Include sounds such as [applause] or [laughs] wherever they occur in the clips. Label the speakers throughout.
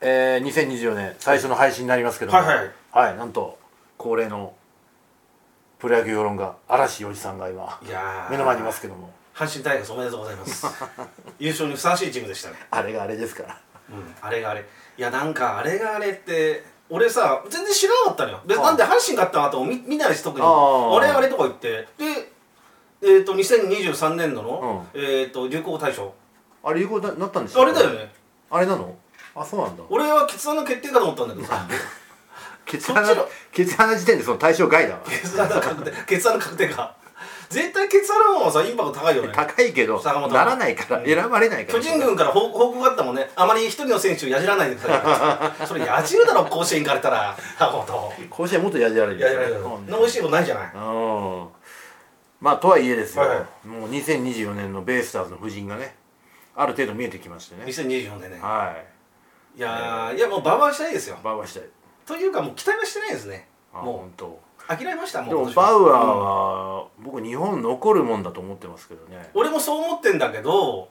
Speaker 1: えー、2024年最初の配信になりますけども、
Speaker 2: はいはい
Speaker 1: はいなんと恒例のプロ野球評論家嵐洋一さんが今
Speaker 2: いやー
Speaker 1: 目の前にいますけども
Speaker 2: 阪神タイガースおめでとうございます優勝にふさわしいチームでしたね
Speaker 1: あれがあれですから
Speaker 2: うんあれがあれいやなんかあれがあれって俺さ全然知らなかったのよで
Speaker 1: ああ
Speaker 2: なんで阪神勝ったなとも見見ないし特に
Speaker 1: ああ
Speaker 2: あれあれとか言ってでえっ、と2023年度の、
Speaker 1: う
Speaker 2: えっ、と流行語大賞
Speaker 1: あれ有効になったんでしょ
Speaker 2: あれだよね
Speaker 1: あれなのあそうなんだ
Speaker 2: 俺は決断の決定かと思ったんだけどさ
Speaker 1: ケツ
Speaker 2: そっち
Speaker 1: 穴
Speaker 2: の
Speaker 1: ケツ穴時点でその対象外だわ
Speaker 2: 決断の確定決断の確定か絶対決断の方がさインパクト高いよね
Speaker 1: 高いけど
Speaker 2: 坂本
Speaker 1: ならないから、
Speaker 2: うん
Speaker 1: 選ばれないから
Speaker 2: 巨人軍から報報告があったもんねあまり一人の選手をやじらないでくださ
Speaker 1: [laughs]
Speaker 2: いそれやじるだろ甲子園行かれたらあほと
Speaker 1: 甲子園もっとやじられる
Speaker 2: やじられるだろ
Speaker 1: うん
Speaker 2: 美味しいことないじゃない
Speaker 1: うんまあとはいえですよ、
Speaker 2: はいは
Speaker 1: もう2024年のベイスターズの布陣がねある程度見えてきましてね
Speaker 2: 2024年ね
Speaker 1: はい
Speaker 2: いやーいやもうバーバーしたいですよ
Speaker 1: バウアーしたい
Speaker 2: というかもう期待はしてないですね
Speaker 1: あ
Speaker 2: も
Speaker 1: 本当。
Speaker 2: う諦めましたもう
Speaker 1: でも
Speaker 2: 今年
Speaker 1: バ
Speaker 2: は
Speaker 1: ウアー
Speaker 2: うん
Speaker 1: は、僕日本残るもんだと思ってますけどね
Speaker 2: 俺もそう思ってんだけど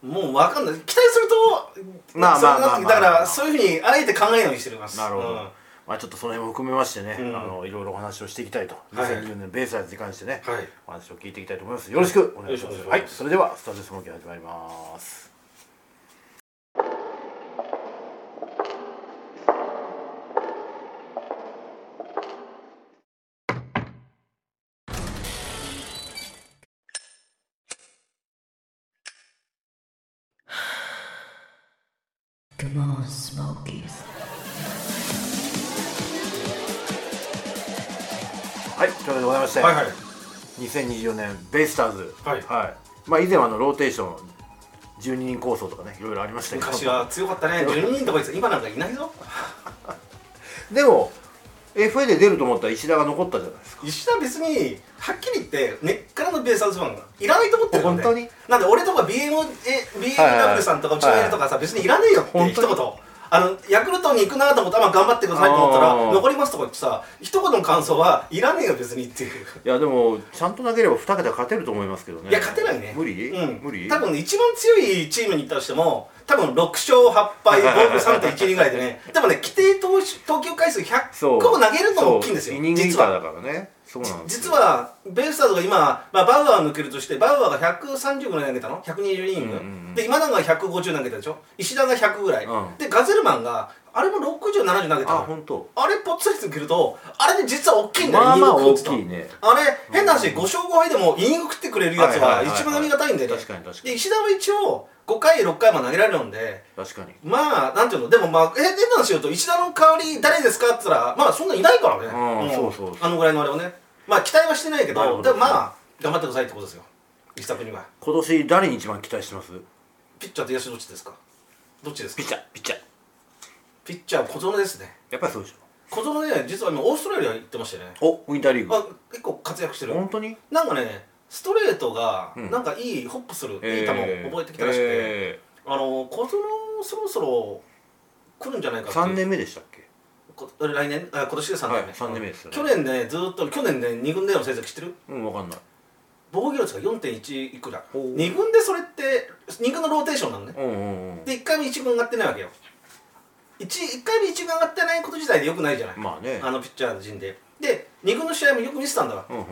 Speaker 2: もう分かんない期待すると
Speaker 1: まあまあまあまあ
Speaker 2: そうなってだからそういうふうにあえて考えないようにしてます
Speaker 1: なるほど、
Speaker 2: うん
Speaker 1: まあちょっとその辺も含めましてね、
Speaker 2: うん
Speaker 1: あのいろいろお話をしていきたいと
Speaker 2: はい
Speaker 1: 2020年ベイスターズに関してね、
Speaker 2: はい
Speaker 1: お話を聞いていきたいと思いますよろしくお願いしま
Speaker 2: よろし
Speaker 1: す
Speaker 2: くお
Speaker 1: は
Speaker 2: 願い
Speaker 1: い
Speaker 2: します
Speaker 1: それではスタジオスモーキー始まりますはいというわけでございまして、
Speaker 2: はいはい
Speaker 1: 2024年ベイスターズ
Speaker 2: はい
Speaker 1: まあ以前はあのローテーション12人構想とかねいろいろありましたけど
Speaker 2: 昔は強かったね12人とか言ってた今なんかいないぞ
Speaker 1: でも FA で出ると思ったら石田が残ったじゃないですか
Speaker 2: 石田別にはっきり言って根っからのベイスターズファンがいらないと思ってるんで
Speaker 1: 本当に
Speaker 2: なんで俺とか BMO え BMW さんとかうちの家とかさ別にいらねえよって
Speaker 1: 本
Speaker 2: 一
Speaker 1: 当に
Speaker 2: 言あのヤクルトに行くなと思って、まあ、頑張ってくださいと思ったら
Speaker 1: あー
Speaker 2: 残りますとか言ってさ一言の感想はいらねえよ別にっていう、
Speaker 1: いやでもちゃんと投げれば2桁勝てると思いますけどね
Speaker 2: いや勝てないね
Speaker 1: 無理、
Speaker 2: うん、
Speaker 1: 無理
Speaker 2: 多分一番強いチームに行ったとしても多分6勝8敗防御3.12ぐらいでね多分ね規定投手投球回数100個投げるのも大きいんですよ
Speaker 1: そうイニング以
Speaker 2: 実は
Speaker 1: 下だからねそうなんです
Speaker 2: 実
Speaker 1: よ
Speaker 2: はベイスターズが今、まあ、バウアーを抜けるとしてバウアーが130ぐらい投げたの120イニング、
Speaker 1: うんうんうん
Speaker 2: で今永が150投げたでしょ石田が100ぐらい、
Speaker 1: うん
Speaker 2: でガゼルマンがあれも6070投げた
Speaker 1: あ
Speaker 2: の
Speaker 1: 本当
Speaker 2: あれぽっつり抜けるとあれで実は大きいんだよ
Speaker 1: まあまあ
Speaker 2: イニング食うと
Speaker 1: 大きいね
Speaker 2: あれ変な話5勝5敗でもイニング食ってくれるやつ
Speaker 1: はいは
Speaker 2: はい
Speaker 1: はいはい
Speaker 2: 一番ありがたいんでね
Speaker 1: 確かに確かに
Speaker 2: で石田は一応5回6回も投げられるんで
Speaker 1: 確かに
Speaker 2: まあなんていうのでもまあえ変な話言うと石田の代わり誰ですかって言ったらまあそんないないからね、
Speaker 1: うん
Speaker 2: ん
Speaker 1: そうそうそう
Speaker 2: あのぐらいのあれをねまあ期待はしてないけ
Speaker 1: なるほど
Speaker 2: どでもまあ頑張ってくださいってことですよ石田君には
Speaker 1: 今年誰に一番期待してます
Speaker 2: ピッチャーと野手どっちですかどっちですか
Speaker 1: ピッチャーピッチャー
Speaker 2: ピッチャー小園ですね
Speaker 1: やっぱりそうでし
Speaker 2: 小園ね実は今オーストラリア行ってましてね
Speaker 1: ょおウィンターリーグ
Speaker 2: あ結構活躍してる
Speaker 1: 本当に
Speaker 2: なんかねストレートが
Speaker 1: うん
Speaker 2: なんかいいホップする、いい
Speaker 1: え
Speaker 2: 球を
Speaker 1: ー
Speaker 2: 覚えてきたらしくて、
Speaker 1: え
Speaker 2: あの小園そろそろ来るんじゃないか
Speaker 1: ー、
Speaker 2: っていう
Speaker 1: 3年目でしたっけ
Speaker 2: こ来年あ今年で3年
Speaker 1: は
Speaker 2: 目、
Speaker 1: い三年目ですよね
Speaker 2: 去年ねずーっと去年ね2軍での成績知ってる
Speaker 1: うん分かんない
Speaker 2: 防御率が4.1いくら
Speaker 1: おう
Speaker 2: 2軍でそれって2軍のローテーションなのね
Speaker 1: うんうんうん
Speaker 2: で1回目1軍上がってないわけよ 1, 1回目1軍上がってないこと自体でよくないじゃない、
Speaker 1: まあね
Speaker 2: あのピッチャー陣でで2軍の試合もよく見てたんだわ
Speaker 1: うんうん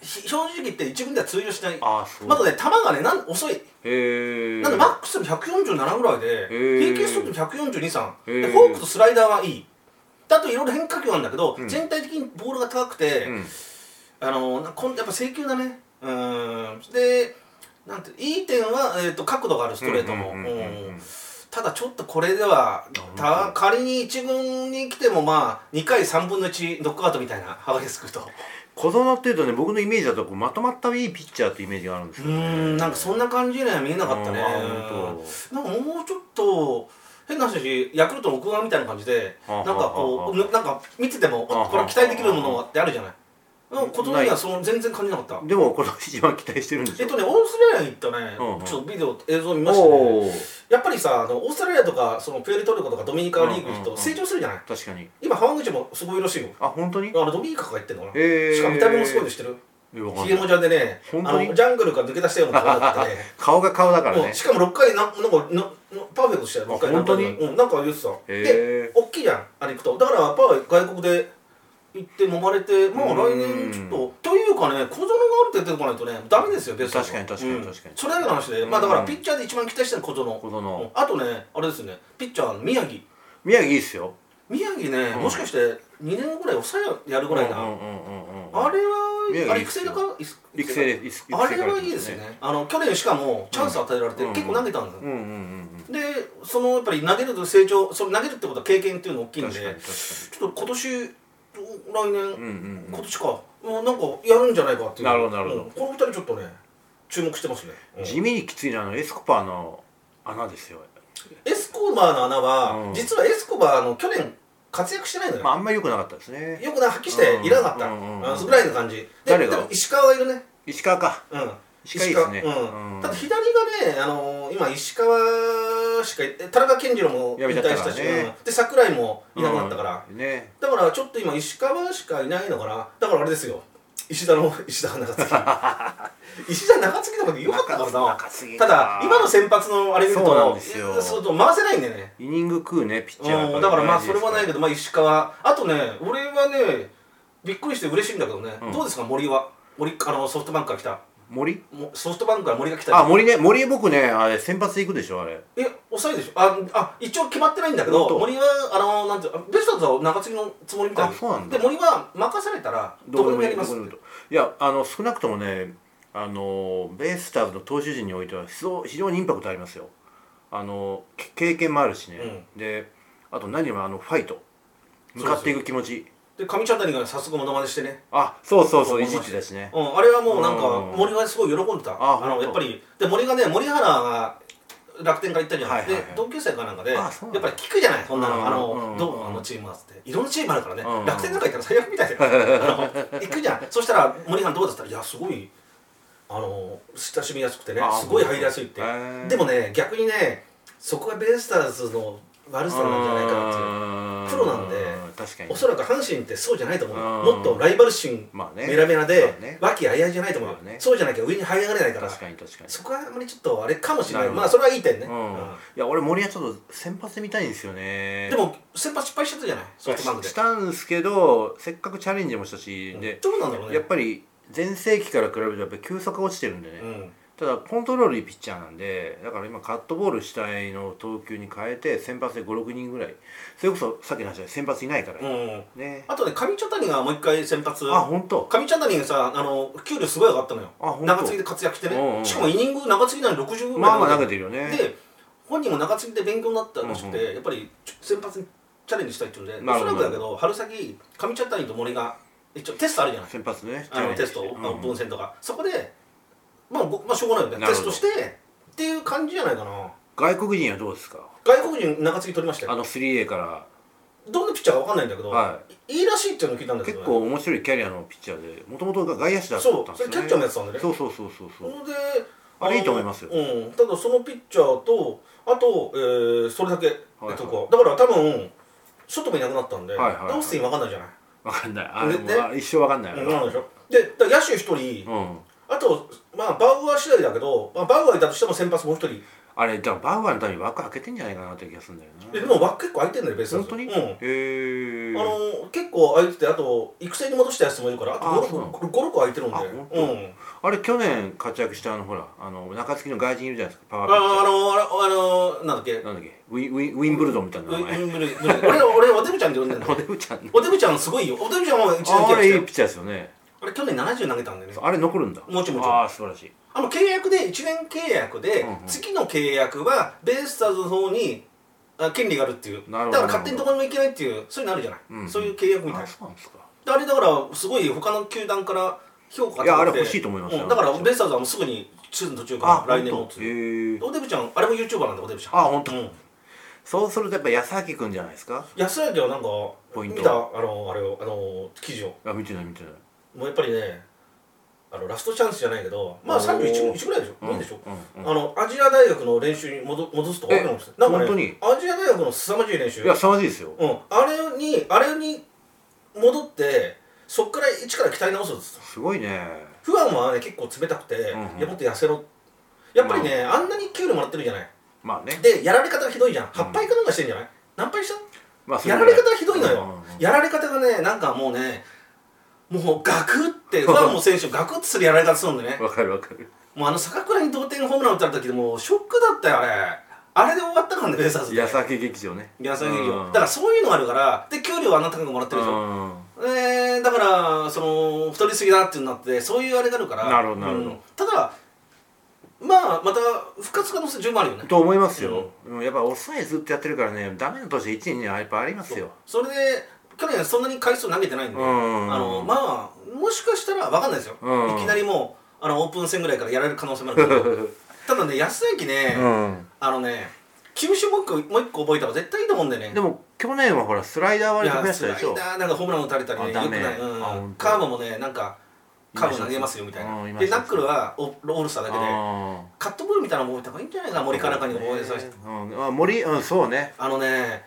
Speaker 2: ひ正直言って1軍では通用しない
Speaker 1: ああそう
Speaker 2: まだね球がねなん遅い
Speaker 1: へえ
Speaker 2: なんでマックスでも147ぐらいで
Speaker 1: ー
Speaker 2: 平均ストップ1423
Speaker 1: へ
Speaker 2: で
Speaker 1: ー
Speaker 2: フォークとスライダーがいいだといろいろ変化球なんだけど、
Speaker 1: うん
Speaker 2: 全体的にボールが高くて、
Speaker 1: うん
Speaker 2: あのなこんやっぱ制球だねうーんでなんていい点は、えー、と角度があるストレートも
Speaker 1: うんうんうんうんうん
Speaker 2: うんただちょっとこれではた仮に1軍に来てもまあ2回3分の1ノックアウトみたいなハガレスクと
Speaker 1: 小園っていうとね僕のイメージだとこうまとまったいいピッチャーってイメージがあるんです
Speaker 2: う
Speaker 1: よ、ね、
Speaker 2: ーんなんかそんな感じには見えなかったね
Speaker 1: あー本
Speaker 2: なんかもうちょっと変な話ヤクルトの奥側みたいな感じで
Speaker 1: はあ
Speaker 2: な
Speaker 1: は
Speaker 2: ん
Speaker 1: あ
Speaker 2: かこうぬなんか見てても
Speaker 1: はあは
Speaker 2: お
Speaker 1: あ
Speaker 2: これ期待できるものってあるじゃないなんかことにはその全然感じなかった
Speaker 1: でも今年一番期待してるんでし
Speaker 2: え
Speaker 1: ょ
Speaker 2: っとねオーストラリアに行ったね、
Speaker 1: うんうん
Speaker 2: ちょっとビデオ映像見ましたね
Speaker 1: おお
Speaker 2: やっぱりさあのオーストラリアとかそのプエルトリコとかドミニカリーグ行く
Speaker 1: うんうんう
Speaker 2: と
Speaker 1: ん
Speaker 2: 成長するじゃない、
Speaker 1: 確かに
Speaker 2: 今浜口もすごいらしいよ
Speaker 1: あ本当に
Speaker 2: あのドミニカが言ってんのかな、
Speaker 1: へー
Speaker 2: しかも見た目もすごいの知ってる
Speaker 1: いやわかん
Speaker 2: ひ
Speaker 1: な
Speaker 2: げ
Speaker 1: い
Speaker 2: もじゃでねあ
Speaker 1: 本当に
Speaker 2: のジャングルから抜け出したような顔だったね
Speaker 1: 顔が顔だから
Speaker 2: もう
Speaker 1: ね
Speaker 2: しかも6回なんなんかのパーフェクトしてるばっかり
Speaker 3: あ本当に
Speaker 2: なんかうん、なんか言ってた
Speaker 1: へ
Speaker 2: で大きいじゃんあれ行くとだからやっぱり外国で行って揉まれてまあ来年ちょっとというかね小園があるって出てこないとねダメですよベストは
Speaker 1: 確かに確かに
Speaker 2: うん
Speaker 1: 確かに
Speaker 2: それだけの話でまあだか
Speaker 1: う
Speaker 2: ら
Speaker 1: ん
Speaker 2: ピッチャーで一番期待してる小園
Speaker 1: 小園
Speaker 2: うんあとねあれですねピッチャーの宮城
Speaker 1: 宮城いいっすよ
Speaker 2: 宮城ね、もしかして2年ぐらい抑えやるぐらいな、
Speaker 1: うんうんうんうんうん
Speaker 2: あれ
Speaker 1: 宮城
Speaker 2: はあれ育成だから
Speaker 1: 育成で育成
Speaker 2: あれはいいですよねあの去年しかもチャンス与えられて、
Speaker 1: うん
Speaker 2: 結構投げたんですよ、
Speaker 1: うんうんうん
Speaker 2: でそのやっぱり投げると成長その投げるってことは経験っていうの大き
Speaker 1: う
Speaker 2: い
Speaker 1: ん
Speaker 2: んで
Speaker 1: 確かに確
Speaker 2: ち
Speaker 1: か
Speaker 2: ょっと今年来
Speaker 1: にうん
Speaker 2: 年、
Speaker 1: うん
Speaker 2: 今年か、うん、なんかやるんじゃないかっていう
Speaker 1: なるほどなるほど
Speaker 2: うんこの二人ちょっとね注目してますね、
Speaker 1: うん地味にきついのはあのエスコパーの穴ですよ
Speaker 2: エスコバーの穴は、
Speaker 1: うん
Speaker 2: 実はエスコバーの去年活躍してないのよ、
Speaker 1: まああんまり良くなかったですね
Speaker 2: よくな発揮していらなかった、
Speaker 1: うんうんうんうん
Speaker 2: あそぐらいの感じで
Speaker 1: 誰が
Speaker 2: でも石川がいるね、
Speaker 1: 石川か
Speaker 2: うん、
Speaker 1: 石川いいですね
Speaker 2: うん
Speaker 1: うん
Speaker 2: ただ左がね、あのー今石川しかい田中健次郎も引
Speaker 1: やめちゃ
Speaker 2: 退
Speaker 1: った
Speaker 2: し
Speaker 1: か
Speaker 2: た
Speaker 1: ら
Speaker 2: し、
Speaker 1: ね
Speaker 2: うんで桜井もいなくなったから、
Speaker 1: うんね
Speaker 2: だからちょっと今石川しかいないのかなだからあれですよ石田の [laughs] 石田中継
Speaker 1: [laughs]
Speaker 2: ぎ石田中継ぎの方でよかったからな
Speaker 1: 中継ぎ
Speaker 2: ただ今の先発のあれ見ると
Speaker 1: そうなんですよ
Speaker 2: いやそうと回せないんだよね
Speaker 1: イニング食うねピッチャーは
Speaker 2: う
Speaker 1: やっ
Speaker 2: ん、
Speaker 1: ぱ
Speaker 2: だ
Speaker 1: り
Speaker 2: からまあそれはないけ
Speaker 1: ど
Speaker 2: ど、まあ、石川あとね俺はねびっくりして嬉しいんだけどね、
Speaker 1: うん
Speaker 2: どうですか森は森あのソフトバンクから来た
Speaker 1: 森
Speaker 2: もソフトバンクから森が来た
Speaker 1: あ森ね森僕ねあれ先発で行くでしょあれ
Speaker 2: え抑えでしょああ一応決まってないんだけど
Speaker 1: 本当
Speaker 2: 森はあのなんていうのベストだと中継ぎのつもりみたい
Speaker 1: あそうなんだ
Speaker 2: で森は任されたらどこでもやります
Speaker 1: どこでもいやあの少なくともねあのベイスターズの投手陣においては非常非常にインパクトありますよあのけ経験もあるしね、であと何よりもあのファイト向かっていく気持ち
Speaker 2: で上茶谷が早速モノマネしてね
Speaker 1: あそうそうそう
Speaker 2: そう
Speaker 1: いじってだしね
Speaker 2: うん、あれはもうなん
Speaker 1: う
Speaker 2: か
Speaker 1: ん
Speaker 2: 森がすごい喜んでた
Speaker 1: あ
Speaker 2: あの
Speaker 1: 本当
Speaker 2: やっぱりで森がね森原が楽天から行ったじゃん、
Speaker 1: はいはいはい
Speaker 2: で同級生かなんかでや
Speaker 1: あ
Speaker 2: っ
Speaker 1: そ
Speaker 2: ぱ
Speaker 1: うな
Speaker 2: り
Speaker 1: んだ
Speaker 2: 聞くじゃないそんなの、
Speaker 1: うん
Speaker 2: あ
Speaker 1: うん
Speaker 2: の、
Speaker 1: うん
Speaker 2: どうあのチームはっつっていろんなチームあるからね、
Speaker 1: うん
Speaker 2: 楽天なんか行ったら最悪みたいだよあの行くじゃんそしたら森原どうだったらいやすごいあの親しみやすくてね
Speaker 1: あ
Speaker 2: すごい入りやすいって
Speaker 1: へー
Speaker 2: でもね逆にねそこがベイスターズの悪さなんじゃないかなっていう
Speaker 1: な
Speaker 2: プロなんで
Speaker 1: 確かに
Speaker 2: おそらく阪神ってそうじゃないと思
Speaker 1: う
Speaker 2: うんもっとライバル心
Speaker 1: まあね
Speaker 2: メラメラ
Speaker 1: ま
Speaker 2: で
Speaker 1: あね
Speaker 2: 和気あいあいじゃないと思う
Speaker 1: まあね
Speaker 2: そうじゃなきゃ上に這い上がれないから
Speaker 1: 確かに確かに
Speaker 2: そこはあんまりちょっとあれかもしれな
Speaker 1: ないるほど
Speaker 2: まあそれはいい点ね、
Speaker 1: う
Speaker 2: うんん
Speaker 1: いや俺森はちょっと先発で見たいんですよね
Speaker 2: でも先発失敗しちゃったじゃないソフトバンクで
Speaker 1: したんですけどせっかくチャレンジもしたし、
Speaker 2: うん
Speaker 1: で
Speaker 2: どうなんだろうね
Speaker 1: やっぱり前世紀から比べるとやっぱり球速が落ちてるんでね、
Speaker 2: うん
Speaker 1: ただコントロールいいピッチャーなんでだから今カットボール主体の投球に変えて先発で56人ぐらいそれこそさっきの話で先発いないから、
Speaker 2: うん
Speaker 1: ね
Speaker 2: あとね上茶谷がもう一回先発
Speaker 1: あ本当
Speaker 2: 上茶谷がさあの給料すごい上がったのよ
Speaker 1: あ本当
Speaker 2: 中継ぎで活躍してね、
Speaker 1: うんうん
Speaker 2: しかもイニング中継ぎなのに60ぐらい
Speaker 1: まあまあ投げ
Speaker 2: て
Speaker 1: てるよね
Speaker 2: で本人も中継ぎで勉強になったらしくて、
Speaker 1: うん
Speaker 2: やっぱりちょ先発にチャレンジしたいっていうんで
Speaker 1: な
Speaker 2: お
Speaker 1: る
Speaker 2: そ
Speaker 1: ほど
Speaker 2: らくだけど春先上茶谷と森が一応テストあるじゃない
Speaker 1: 先発ね
Speaker 2: あのテスト、
Speaker 1: うん
Speaker 2: あの分線とかそこで、まあ、ごまあしょうがないよね
Speaker 1: なる
Speaker 2: テ
Speaker 1: ほ
Speaker 2: ス
Speaker 1: ど
Speaker 2: トしてっていう感じじゃないかな
Speaker 1: 外国人はどうですか
Speaker 2: 外国人中継ぎ取りました
Speaker 1: あ
Speaker 2: よ
Speaker 1: の 3A から
Speaker 2: どんなピッチャーか分かんないんだけど、、
Speaker 1: はい
Speaker 2: いらしいっていうのを聞いたんだけど
Speaker 1: 結
Speaker 2: ね、
Speaker 1: 構面白いキャリアのピッチャーでもともと外野手だった
Speaker 2: そ
Speaker 1: ん
Speaker 2: う
Speaker 1: ですよ、
Speaker 2: それ
Speaker 1: ね、
Speaker 2: キャッチャーもやってたんでね
Speaker 1: そうそうそうそう
Speaker 2: そ
Speaker 1: そう
Speaker 2: れで
Speaker 1: あれ
Speaker 2: の
Speaker 1: いいと思いますよ
Speaker 2: うん、ただそのピッチャーとあと、えーそれだけ、
Speaker 1: はい
Speaker 2: とかだから多分外もいなくなったんで、
Speaker 1: はいはいはい
Speaker 2: オスティン分かんないじゃない、
Speaker 1: わかんないあれ
Speaker 2: で
Speaker 1: も
Speaker 2: ね
Speaker 1: うあ一生わかんないあれ
Speaker 2: うん、なん
Speaker 1: は
Speaker 2: でしょでだから野手一人、
Speaker 1: うん
Speaker 2: あとまあバウアー次第だけど、まあ、バウアーいたとしても先発もう一人
Speaker 1: あれだからバウアーのために枠開けてんじゃないかなって気がするんだよ
Speaker 2: でで
Speaker 1: な
Speaker 2: も枠結構空いてるんだよベース
Speaker 1: 本当に、
Speaker 2: う
Speaker 1: へ
Speaker 2: ん
Speaker 1: え
Speaker 2: あの結構空いててあと育成に戻したやつもいるからあと
Speaker 1: あそうなの
Speaker 2: 56個空いてるんで
Speaker 1: あ本当
Speaker 2: うん
Speaker 1: あれ去年活躍したあのほらあの中継ぎの外人いるじゃないですかパ
Speaker 2: あ
Speaker 1: ワーピッチャ
Speaker 2: あのあのあのなんだっけ
Speaker 1: ーなんだっけウィウィウィンブルドンみたいな名前
Speaker 2: うん無理無理俺俺おデブちゃんって呼んでんだ
Speaker 1: モ [laughs]
Speaker 2: よ
Speaker 1: デルちゃん
Speaker 2: おデブちゃんすごいよおデブちゃんも1年契
Speaker 1: ああ
Speaker 2: 約
Speaker 1: れ
Speaker 2: し
Speaker 1: いい
Speaker 2: て
Speaker 1: ピッ
Speaker 2: る
Speaker 1: チャーですよね
Speaker 2: あれ去年70投げたんでね
Speaker 1: あれ残るんだ
Speaker 2: もちろんもちろん
Speaker 1: ああ素晴らしい
Speaker 2: あの契約で1年契約で、
Speaker 1: うんうん
Speaker 2: 次の契約はベイスターズの方にあ権利があるっていう
Speaker 1: なるほど
Speaker 2: だから勝手にどこにも行けないっていうそういうのあるじゃない、
Speaker 1: うんうん
Speaker 2: そういう契約みたい
Speaker 1: あ
Speaker 2: な
Speaker 1: そうなんですか
Speaker 2: であれだからすごい他の球団から評価が高くて
Speaker 1: いやあれ欲しいと思いますよ
Speaker 2: うんだからベイスターズはもうすぐにシーズン途中
Speaker 1: あ
Speaker 2: から来年も
Speaker 1: 本当へえ
Speaker 2: おデブちゃんあれも YouTuber なんだおデブちゃん
Speaker 1: あ本当
Speaker 2: うん
Speaker 1: そうするとやっぱ安崎くんじゃないですか
Speaker 2: 安崎はなんか
Speaker 1: ポイント
Speaker 2: 見たあのあれをあの記事を
Speaker 1: あ見てない見てない
Speaker 2: もうやっぱりねあのラストチャンスじゃないけど
Speaker 1: お
Speaker 2: まあ
Speaker 1: ー
Speaker 2: 31一ぐらいでしょ、いいでしょ、
Speaker 1: うんうん
Speaker 2: あのアジア大学の練習に戻戻すとか
Speaker 1: え
Speaker 2: あるんですよなんかね
Speaker 1: 本当に
Speaker 2: アジア大学の凄まじい練習
Speaker 1: いや凄まじいですよ
Speaker 2: うん、あれにあれに戻ってそっから一から鍛え直すんですよ
Speaker 1: すごいね
Speaker 2: 普段はね結構冷たくて、
Speaker 1: んうん
Speaker 2: いやもっと痩せろやっぱりね、あんなに給料もらってるじゃない
Speaker 1: まあね
Speaker 2: でやられ方がひどいじゃん8敗かなんかしてんじゃない、何敗した
Speaker 1: まあそ
Speaker 2: や
Speaker 1: ぐ
Speaker 2: ら
Speaker 1: い
Speaker 2: れ方がひどいの
Speaker 1: うん
Speaker 2: よ、
Speaker 1: うんうん
Speaker 2: やられ方がねなんかもうねもうガクってファンも選手ガクってするやられ方するんでね
Speaker 1: わかるわかる
Speaker 2: もうあの坂倉に同点ホームラン打たれた時でもうショックだったよあれあれで終わったからねベイスターズって
Speaker 1: 矢崎劇場ね
Speaker 2: 安い劇場
Speaker 1: うん
Speaker 2: だからそういうのがあるからで給料はあなたがもらってるでしょ
Speaker 1: うん
Speaker 2: えー、だからその太りすぎだってなってそういうあれがあるから
Speaker 1: なるほどなるほど
Speaker 2: うんただまあまた復活可能性十分あるよね
Speaker 1: と思いますよ、うん、やっぱ抑えずっとやってるからねダメな年1位にはやっぱありますよ
Speaker 2: それで去年そんなに回数投げてないんで、
Speaker 1: うん
Speaker 2: あのまあもしかしたら分かんないですよ、
Speaker 1: うん
Speaker 2: いきなりもうあのオープン戦ぐらいからやられる可能性もあ
Speaker 1: [laughs]
Speaker 2: るけどただね安崎ね、
Speaker 1: うん
Speaker 2: あのね球種もう一個もう一個覚えた方が絶対いいと思うんだよね
Speaker 1: でも去年はほらスライダー
Speaker 2: い
Speaker 1: 割り
Speaker 2: や
Speaker 1: 得やし
Speaker 2: ス
Speaker 1: た
Speaker 2: ラ
Speaker 1: で
Speaker 2: イ
Speaker 1: しょ
Speaker 2: ダーなんかホームラン打たれたりね、
Speaker 1: あ
Speaker 2: よくな
Speaker 1: ダメ
Speaker 2: い、うん
Speaker 1: あ本当
Speaker 2: カーブもね、なんか、カーブ投げますよみたい
Speaker 1: うんい
Speaker 2: な。
Speaker 1: まし
Speaker 2: で、
Speaker 1: た
Speaker 2: ナックルはオオールスターだけで、
Speaker 1: あ
Speaker 2: カットボールみたいなのも覚えた方がいいんじゃないかな、森かなんかにも覚えさせて。
Speaker 1: ーうんあ森うんそうね
Speaker 2: あのね、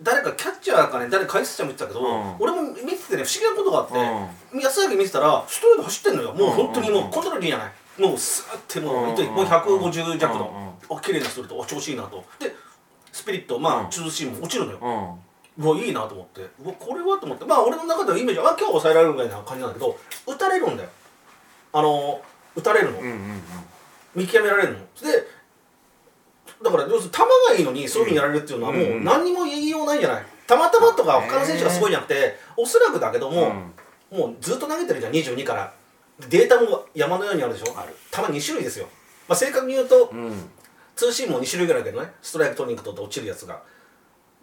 Speaker 2: 誰かキャッチャーかね、誰か解説者も言ってたけど、
Speaker 1: うん
Speaker 2: 俺も見ててね、不思議なことがあって、安崎見てたら、ストレート走ってんのよ。もう本当に
Speaker 1: うん
Speaker 2: も
Speaker 1: う
Speaker 2: うんコントロールいいじゃない。もうスーってもう、
Speaker 1: うん
Speaker 2: 糸もう150弱の、
Speaker 1: う
Speaker 2: あ綺麗なストレート、あ調子いいなと。で、スピリット、ま
Speaker 1: う
Speaker 2: あ、
Speaker 1: ん
Speaker 2: 中心も落ちるのよ。
Speaker 1: うん
Speaker 2: うわいいなと思ってうわこれはと思ってまあ俺の中ではイメージはあ今日抑えられるみたいな感じなんだけど打たれるんだよあの打たれるの、
Speaker 1: うんうんうん
Speaker 2: 見極められるのでだから要するに球がいいのにそういうふうにやられるっていうのはも
Speaker 1: うんう
Speaker 2: うん何にも言いようないじゃないたまたまとか他の選手がすごいじゃなくておそらくだけども、もうずっと投げてるじゃん22からデータも山のようにあるでしょある球2種類ですよ、まあ、正確に言うと、
Speaker 1: うんうん
Speaker 2: ツーシームも2種類ぐらいだけどねストライク取りに行くと落ちるやつが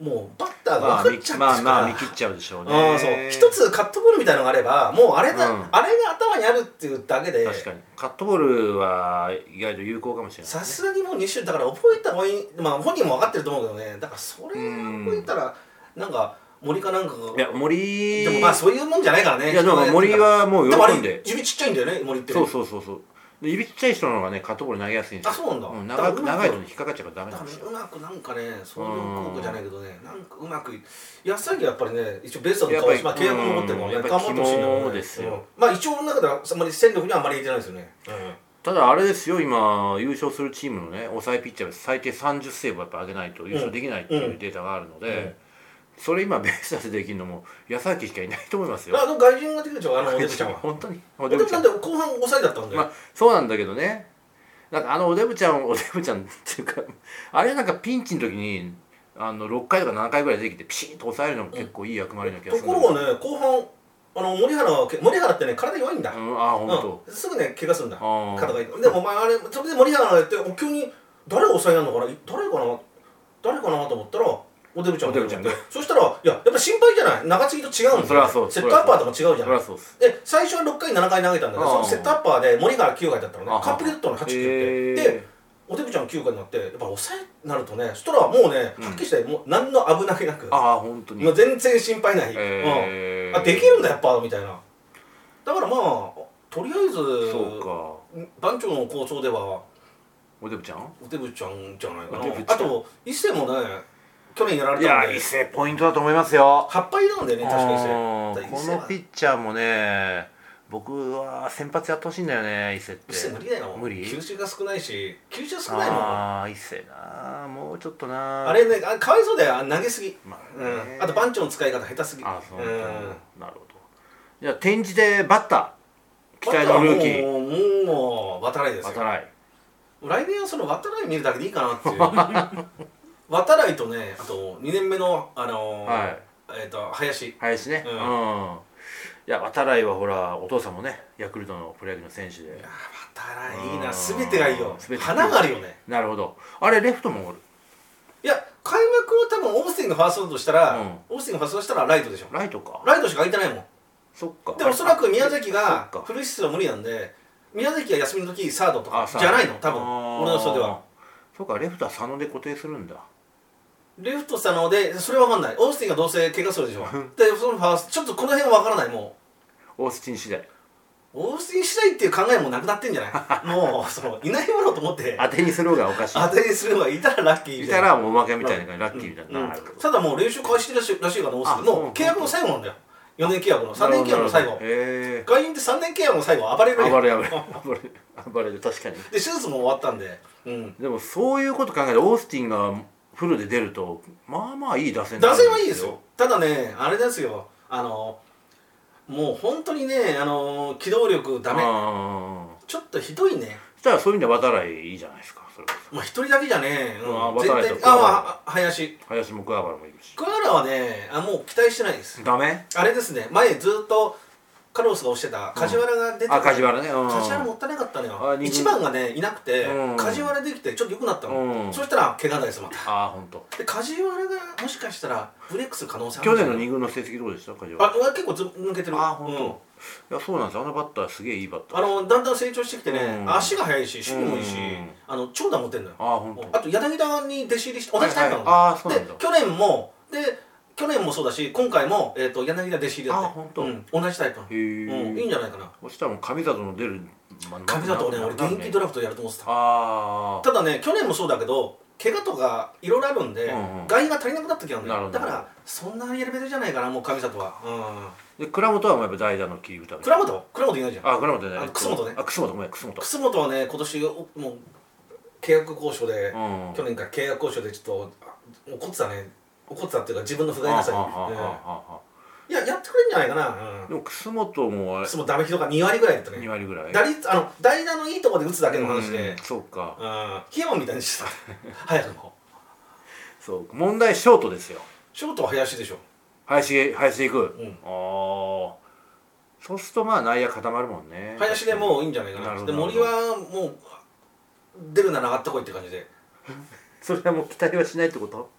Speaker 2: もうバッターが
Speaker 1: まあ
Speaker 2: 分かっ
Speaker 1: み
Speaker 2: ちゃってるから、
Speaker 1: まあまあ見切っちゃうでしょうね
Speaker 2: ああそう一つカットボールみたいなのがあればもうあれだ、
Speaker 1: うん
Speaker 2: あれが頭にあるっていうだけで
Speaker 1: 確かにカットボールは意外と有効かもしれない
Speaker 2: さすがにもう2種類だから覚えた方がいいまあ本人も分かってると思うけどねだからそれ覚えたらなんか森かなんかが
Speaker 1: いや森
Speaker 2: でもまあそういうもんじゃないからね
Speaker 1: いやでも森はもう
Speaker 2: でもあ
Speaker 1: 喜
Speaker 2: れ
Speaker 1: んで
Speaker 2: 指ちっちゃいんだよね森って
Speaker 1: そうそうそうそうで指ちっちゃい人の方がねカットボール投げやすいんですよ
Speaker 2: あそうなんだ
Speaker 1: ん、長く
Speaker 2: だから
Speaker 1: 長いのに引っかかっちゃうからダメな
Speaker 2: だか
Speaker 1: んです
Speaker 2: ら
Speaker 1: よ
Speaker 2: うまくなんかねそういう効果じゃないけどねなんかうまくい安崎はやっぱりね一応ベストの顔しまあ契約も持ってるから
Speaker 1: や
Speaker 2: ね
Speaker 1: っぱり
Speaker 2: 頑張ってほしいんだけど
Speaker 1: 肝
Speaker 2: ね
Speaker 1: ですよ
Speaker 2: うんまあ一応の中ではあんまり戦力にはあんまり入れてないですよねうん
Speaker 1: ただあれですよ今優勝するチームのね抑えピッチャーが最低30セーブやっぱ上げないと優勝できないって
Speaker 2: うんう
Speaker 1: い
Speaker 2: ん
Speaker 1: うデータがあるので、
Speaker 2: うん
Speaker 1: それ今ベースターズでできるのも矢崎しかいないと思いますよ [laughs]
Speaker 2: あの外人が出てきちゃうあのお出口ちゃんは
Speaker 1: 本当に
Speaker 2: お
Speaker 1: お
Speaker 2: 出
Speaker 1: デ
Speaker 2: 口
Speaker 1: ブ
Speaker 2: ち
Speaker 1: ち
Speaker 2: ゃ
Speaker 1: ゃ
Speaker 2: ん
Speaker 1: ん
Speaker 2: で後半抑えだったんだよ、
Speaker 1: まあそうなんだけどねなんかあのおデブちゃんおデブちゃんっていうか [laughs] あれなんかピンチの時にあの6回とか7回ぐらい出てきてピシッと抑えるのも結構いい役回りな気が
Speaker 2: と
Speaker 1: するんだ
Speaker 2: こ
Speaker 1: け
Speaker 2: ろ
Speaker 1: ど、
Speaker 2: がね後半あの森原はけ森原ってね体弱いんだ、
Speaker 1: うん、ああ本当、
Speaker 2: うん、すぐね怪我するんだ
Speaker 1: ああ
Speaker 2: 肩がいいでもお前あれそれで森原がやってお急に誰を抑えなのかない誰かな誰かなと思ったらおデブちゃん
Speaker 1: おデブちゃんが
Speaker 2: そしたらいややっぱり心配じゃない中継ぎと違うんだよ
Speaker 1: そりゃそう
Speaker 2: セットアッパーとか違うじゃ
Speaker 1: そり
Speaker 2: ん
Speaker 1: ゃそうです
Speaker 2: で最初は6回7回投げたんだけど
Speaker 1: ああ
Speaker 2: そのセットアッパーで森原9回だったのね
Speaker 1: ああ
Speaker 2: 完璧だったの8球って
Speaker 1: へえ
Speaker 2: でおデブちゃん9回になってやっぱ抑えになるとねそしたらもうね
Speaker 1: うん
Speaker 2: はっきりしてもう何の危なげなく
Speaker 1: ああ本当に
Speaker 2: もう全然心配ない、
Speaker 1: え
Speaker 2: う
Speaker 1: ー
Speaker 2: ん、あできるんだやっぱみたいなだからまあとりあえず
Speaker 1: そうか
Speaker 2: 番長の構想では
Speaker 1: おデブちゃん
Speaker 2: おてぶちゃんじゃないか
Speaker 1: おてぶ
Speaker 2: な
Speaker 1: ちゃん
Speaker 2: あと伊勢もね去年やられ
Speaker 1: い
Speaker 2: たん
Speaker 1: や
Speaker 2: で
Speaker 1: 伊勢ポイントだと思いますよ
Speaker 2: 8敗なんだよね確か伊勢
Speaker 1: うんこのピッチャーもね僕は先発やってほしいんだよね伊勢って
Speaker 2: 伊勢無理だよ
Speaker 1: 無理
Speaker 2: 球種が少ないし球種が少ないもんあ
Speaker 1: ああ伊勢なもうちょっとな
Speaker 2: れねあかわいそうだよあ投げすぎ、
Speaker 1: まあ
Speaker 2: う
Speaker 1: ね
Speaker 2: ん、あと番長の使い方下手すぎ
Speaker 1: あそう、
Speaker 2: ん
Speaker 1: なるほどじゃあ展示でバッター期待のルーキー
Speaker 2: もうもう渡来ですよ
Speaker 1: 渡来
Speaker 2: 来年はその渡来見るだけでいいかなっていう
Speaker 1: [laughs]
Speaker 2: 渡来とねあと2年目のあのー
Speaker 1: はい
Speaker 2: えっ、と林
Speaker 1: 林ね
Speaker 2: う
Speaker 1: うんん、いや渡来はほらお父さんもねヤクルトのプロ野球の選手で
Speaker 2: 渡来いいうなん全てがいいよ
Speaker 1: 全て
Speaker 2: 花があるよね
Speaker 1: なるほどあれレフトもおる
Speaker 2: いや開幕は多分オースティンがファーストだとしたら、オースティンがファーストだとしたらライトでしょ
Speaker 1: ライトか
Speaker 2: ライトしか空いてないもん
Speaker 1: そっか
Speaker 2: でおそらく宮崎
Speaker 1: あ
Speaker 2: が
Speaker 1: そっか
Speaker 2: フル出場無理なんで宮崎が休みの時サードとか
Speaker 1: あ
Speaker 2: じゃないの
Speaker 1: さ
Speaker 2: 多分
Speaker 1: あー
Speaker 2: 俺の人では
Speaker 1: そうかレフトは佐野で固定するんだ
Speaker 2: レフトしたのでそれは分かんないオースティンがどうせ怪我するでしょでそのファーストちょっとこの辺は分からないもう
Speaker 1: オースティン次第
Speaker 2: オースティン次第っていう考えもなくなってんじゃ
Speaker 1: [laughs]
Speaker 2: ないもうそのいないものと思って
Speaker 1: 当てにする方がおかしい
Speaker 2: 当てにするのがいたらラッキーみ
Speaker 1: い
Speaker 2: た
Speaker 1: た
Speaker 2: いな
Speaker 1: らもうおまけみたいな感じラッキーみたいな、
Speaker 2: うん
Speaker 1: なるほど
Speaker 2: ただもう練習開始してるらしいらしいからオースティン
Speaker 1: あ
Speaker 2: もう契約の最後なんだよ4年契約の3年契約の最後
Speaker 1: え
Speaker 2: 外院って3年契約の最後暴れる
Speaker 1: え
Speaker 2: やん
Speaker 1: 暴れ暴れ暴れ暴れる確かに
Speaker 2: で手術も終わったんでうん
Speaker 1: でもそういうこと考えてオースティンがフルで出るとまあまあいい打線にな
Speaker 2: 打
Speaker 1: る
Speaker 2: 線はいいですよただねあれですよあのもう本当にねあの機動力ダ
Speaker 1: ダ
Speaker 2: メ
Speaker 1: メそ
Speaker 2: ちょっとひどいね
Speaker 1: したらそういう意味では渡来いいじゃないですかそれこそ
Speaker 2: まあ一人だけじゃね、
Speaker 1: うん
Speaker 2: うん、
Speaker 1: 渡
Speaker 2: 絶
Speaker 1: 辺
Speaker 2: 対
Speaker 1: と
Speaker 2: あ、まああ、林
Speaker 1: 林も桑原もいるし
Speaker 2: クアラはねあもう期待してないです
Speaker 1: ダメ
Speaker 2: あれですね前ずっとカルロスが推してた梶原が出て
Speaker 1: あ梶原ねうん
Speaker 2: 梶原もったいなかったのよ
Speaker 1: あ二軍
Speaker 2: 1番がねいなくて、
Speaker 1: うん
Speaker 2: 梶原できてちょっと良くなったの、
Speaker 1: うん
Speaker 2: そしたら怪我ですまた
Speaker 1: ああ本当。
Speaker 2: で梶原がもしかしたらブレイクする可能性ある
Speaker 1: 去
Speaker 2: んじゃ
Speaker 1: 年
Speaker 2: ない
Speaker 1: の二軍の成績どうでした梶原
Speaker 2: あ俺は結構ず抜けてる
Speaker 1: あ本
Speaker 2: うん
Speaker 1: 当。いやそうなんですよあのバッターすげえいいバッター
Speaker 2: あのだんだん成長してきてね、
Speaker 1: うん
Speaker 2: 足が速いし守備もいいし、
Speaker 1: うん
Speaker 2: あの長打持ってんのよ
Speaker 1: ああ本当。
Speaker 2: あと柳田に弟子入りして同じタイ
Speaker 1: はい
Speaker 2: プなの、
Speaker 1: はいあーそうなんだ
Speaker 2: で去年もで去年もそうだし今回も、えー、と柳田弟子入りだって
Speaker 1: あーほんと
Speaker 2: うん、同じタイプなの、
Speaker 1: へえ、
Speaker 2: うん、いいんじゃないかな
Speaker 1: そしたらもう神里の出る
Speaker 2: 神里俺ね俺現役ド
Speaker 1: ラ
Speaker 2: ラフトやると思ってた
Speaker 1: あ
Speaker 2: ただね去年もそうだけど怪我とかいろいろあるんで、
Speaker 1: うんうん
Speaker 2: 外野が足りなくなった時あるんだ
Speaker 1: なる
Speaker 2: よ
Speaker 1: ほど
Speaker 2: だからそんなやりべてじゃないかなもう神里は、
Speaker 1: あで倉本はもうやっぱ代打の切り札
Speaker 2: うん、倉本倉本いないじゃん
Speaker 1: あ倉本ね
Speaker 2: あ楠本ね
Speaker 1: あ楠本ごめん楠本
Speaker 2: 楠本はね今年おもう契約交渉で、
Speaker 1: うん
Speaker 2: 去年から契約交渉でちょっとあ怒ってたね怒ってたっていうか自分の不甲斐
Speaker 1: あ
Speaker 2: な
Speaker 1: あ
Speaker 2: さに、
Speaker 1: ああ
Speaker 2: うん
Speaker 1: ああ
Speaker 2: いややってくれるんじゃないかな、
Speaker 1: でも楠本もあ
Speaker 2: うん、
Speaker 1: れ
Speaker 2: そのダメヒドが2割ぐらいだった
Speaker 1: 2
Speaker 2: ね
Speaker 1: 割ぐらい
Speaker 2: 打率あの代打のいいところで打つだけの話で
Speaker 1: うん、そうか
Speaker 2: うん、キエモンみたいにし
Speaker 1: [laughs]
Speaker 2: てた早くも
Speaker 1: そう問題ショートですよ
Speaker 2: ショートは林でしょ
Speaker 1: 林へ林へ行く、
Speaker 2: うん
Speaker 1: ああそうするとまあ内野固まるもんね
Speaker 2: 林でもういいんじゃないかな
Speaker 1: なるほ
Speaker 2: で
Speaker 1: ど
Speaker 2: 森はもう出るなら上がってこいって感じで
Speaker 1: それはもう期待はしないってこと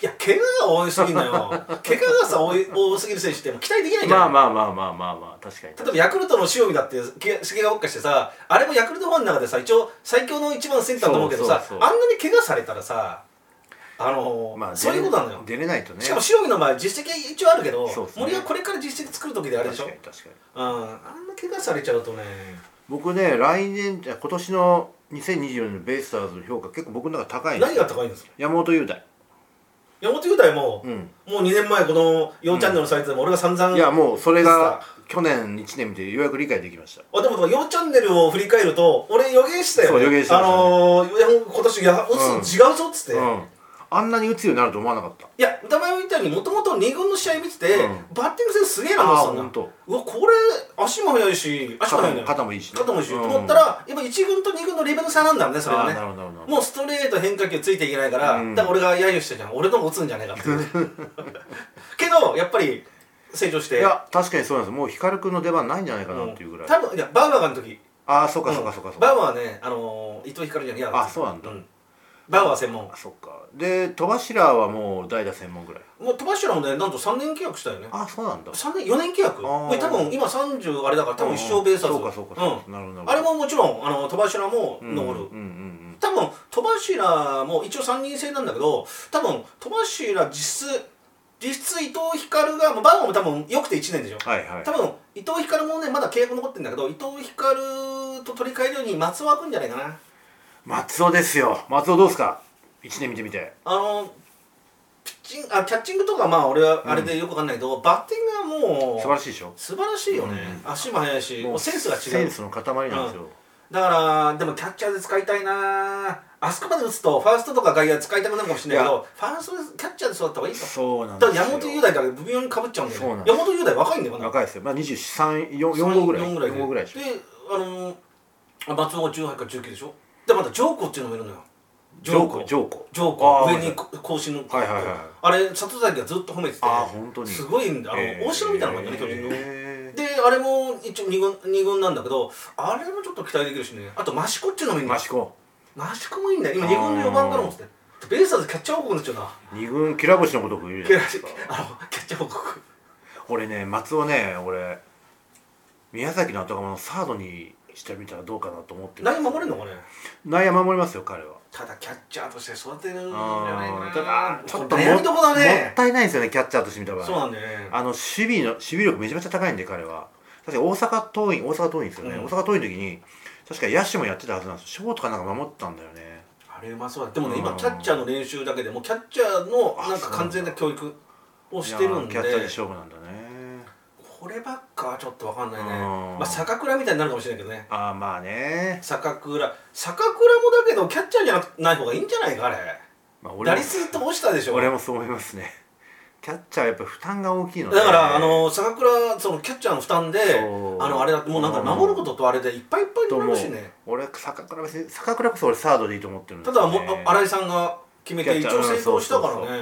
Speaker 2: いや怪我が多いすぎ
Speaker 1: [laughs]
Speaker 2: んのよ怪我がさ多い多すぎる選手ってもう期待できないじゃん
Speaker 1: まあまあまあまあまあまあ確かに
Speaker 2: 例えばヤクルトの塩見だってけ菅がおっかしてさあれもヤクルトファンの中でさ一応最強の一番センターと思うけど
Speaker 1: そう
Speaker 2: さ
Speaker 1: そうそう
Speaker 2: あんなに怪我されたらさあのー
Speaker 1: まあ
Speaker 2: そういうことなのよ、
Speaker 1: 出れ出れないとね
Speaker 2: しかも塩見の場合実績は一応あるけど、
Speaker 1: そうですね
Speaker 2: 森はこれから実績作る時であれでしょ、うん、
Speaker 1: 確かに確かに
Speaker 2: あんな怪我されちゃうとね
Speaker 1: 僕ね来年じゃ今年の2024年のベイスターズの評価結構僕の中高いんです
Speaker 2: 何
Speaker 1: よ
Speaker 2: が高いんですか
Speaker 1: 山本雄大
Speaker 2: 山本雄大も、
Speaker 1: うん
Speaker 2: もう2年前この4チャンネルのサイトでも俺が散々、
Speaker 1: いやもうそれが
Speaker 2: ベイ
Speaker 1: 去年1年見てようやく理解できました
Speaker 2: あでも4チャンネルを振り返ると俺予言してたよ、
Speaker 1: そう予言してま
Speaker 2: あ
Speaker 1: したね
Speaker 2: のー、いや今年いや打つの違うぞっつって、
Speaker 1: うんあんなに打つようになると思わなかった
Speaker 2: いや、歌前みたいにもともと2軍の試合見てて、
Speaker 1: うん
Speaker 2: バッティング戦すげえなと
Speaker 1: ああ
Speaker 2: 思っ
Speaker 1: 本
Speaker 2: てたんだ
Speaker 1: 当。
Speaker 2: うわ、これ、足も速いし、足も速い
Speaker 1: 肩も
Speaker 2: んだよ。
Speaker 1: 肩もいいしね
Speaker 2: 肩もいいし、
Speaker 1: うん
Speaker 2: と思ったら、やっぱ1軍と2軍のレベルの差なんだね、それ
Speaker 1: あ
Speaker 2: は
Speaker 1: あな
Speaker 2: ね。
Speaker 1: るほどなるほど
Speaker 2: もうストレート変化球ついていけないから、
Speaker 1: うん
Speaker 2: だから俺が揶揄してたじゃん。俺の方が打つんじゃねえかっていう。
Speaker 1: [laughs]
Speaker 2: けど、やっぱり成長して。
Speaker 1: いや確かにそうなんですもう光くんの出番ないんじゃないかなっていうぐらい、
Speaker 2: 多分、いや、バウアーがの時。
Speaker 1: ああそうかそうかそうかそう
Speaker 2: バ
Speaker 1: か、
Speaker 2: ウアーはね、あのー伊藤光じゃんいや。
Speaker 1: あそうなんだ
Speaker 2: バウアー専門
Speaker 1: あ。そっかで戸柱はもう代打専門ぐらい
Speaker 2: もう、戸柱もね、なんと3年契約したよね。
Speaker 1: ああそうなんだ
Speaker 2: 三年4年契約
Speaker 1: あー
Speaker 2: これ多分今30あれだから多分一生ベースだ
Speaker 1: そうかそうかそうか、なるほどなるほど
Speaker 2: あれももちろんあの戸柱も
Speaker 1: うん
Speaker 2: 残る、
Speaker 1: うんうんうん
Speaker 2: 多分戸柱も一応3人制なんだけど多分戸柱実質実質伊藤光が、まあ、バウアーも多分よくて1年でしょ
Speaker 1: はいはい
Speaker 2: 多分伊藤光もねまだ契約残ってるんだけど伊藤光と取り替えるように松尾は来るんじゃないかな
Speaker 1: 松尾ですよ松尾どうですか一年見てみて
Speaker 2: あのピッチンあキャッチングとかまあ俺はあれでよくわかんないけど、バッティングはもう
Speaker 1: 素晴らしいでしょ
Speaker 2: 素晴らしいよね、足も速いしもうセンスが
Speaker 1: セ
Speaker 2: 違う
Speaker 1: ンスの塊なんですよ、
Speaker 2: だからでもキャッチャーで使いたいなあそこまで打つとファーストとか外野使いたくなるかもしれないけどファーストでキャッチャーで育った方がいいか
Speaker 1: そうなん
Speaker 2: だ
Speaker 1: で
Speaker 2: か
Speaker 1: す
Speaker 2: ら
Speaker 1: よ
Speaker 2: 山本雄大から微妙にかぶっちゃうんだよ
Speaker 1: そう
Speaker 2: ね
Speaker 1: なんです
Speaker 2: 山本雄大若いんだよまだ
Speaker 1: 若いですよまあ234号ぐらい4
Speaker 2: 4ぐらいで
Speaker 1: 号ぐらいでしょ
Speaker 2: であのー松尾が18から19でしょでまたジョーコっていうのもいるのよ
Speaker 1: ジョーコジョーコ
Speaker 2: ジョーコ
Speaker 1: あー
Speaker 2: 上に更新の
Speaker 1: はいはいはい
Speaker 2: あれ里崎がずっと褒めてて
Speaker 1: あー本当に
Speaker 2: すごいんだあ
Speaker 1: え
Speaker 2: の
Speaker 1: ー
Speaker 2: 大城みたいなもんだね巨人の
Speaker 1: え
Speaker 2: であれも一応二軍二軍なんだけどあれもちょっと期待できるしねあと益子っていうのもいい
Speaker 1: ー
Speaker 2: んだよ
Speaker 1: マシコ
Speaker 2: 益子もいいんだよ今二軍の4番からもってベイスターズキャッチャー王国になっちゃうな
Speaker 1: 二軍きら星のごとく言うじゃないですか
Speaker 2: あのキャッチャー王国
Speaker 1: 俺ね松尾ね俺宮崎の後釜のサードにしてみたらどうかなと思ってる
Speaker 2: 何守れんのかね
Speaker 1: 内野守りますよ彼は
Speaker 2: ただキャッチャーとして育てるんじゃない
Speaker 1: あ
Speaker 2: かな
Speaker 1: ーただ
Speaker 2: ち
Speaker 1: ち
Speaker 2: ょ
Speaker 1: ょ
Speaker 2: っ
Speaker 1: っ
Speaker 2: と
Speaker 1: と
Speaker 2: 悩みどこだ
Speaker 1: も
Speaker 2: ね
Speaker 1: ったいないんですよねキャッチャーとしてみた場合
Speaker 2: そうなんだよね
Speaker 1: あの守備の守備力めちゃめちゃ高いんで彼は確か大阪桐蔭大阪桐蔭ですよね、
Speaker 2: うん
Speaker 1: 大阪桐蔭の時に確か野手もやってたはずなんですよショートかなんか守ってたんだよね
Speaker 2: あれうまそうだでもね
Speaker 1: うん
Speaker 2: 今キャッチャーの練習だけでもうキャッチャーのなんか完全な教育をしてるん
Speaker 1: いやーキャッチャーで
Speaker 2: で
Speaker 1: 勝負なんだね
Speaker 2: こればっかはちょっとわかんないね、
Speaker 1: うん
Speaker 2: まあ、坂倉みたいになるかもしれないけどね
Speaker 1: ああまあね、
Speaker 2: 坂倉坂倉もだけどキャッチャーじゃなくない方がいいんじゃないかあれ
Speaker 1: まあ、
Speaker 2: 打
Speaker 1: 俺も
Speaker 2: 率って落ちたでしょ
Speaker 1: 俺もそう思いますねキャッチャーはやっぱ負担が大きいので
Speaker 2: だから、あの坂倉そのキャッチャーの負担で
Speaker 1: そう
Speaker 2: あのあれだってもうなんか守ることとあれでいっぱいいっぱい
Speaker 1: と
Speaker 2: にな
Speaker 1: 思う
Speaker 2: るしね
Speaker 1: 俺坂倉別に坂倉こそ俺サードでいいと思ってるんで
Speaker 2: た
Speaker 1: すよ
Speaker 2: だ
Speaker 1: ね
Speaker 2: もうあ新井さんが決めて一応成功したからね
Speaker 1: うんそう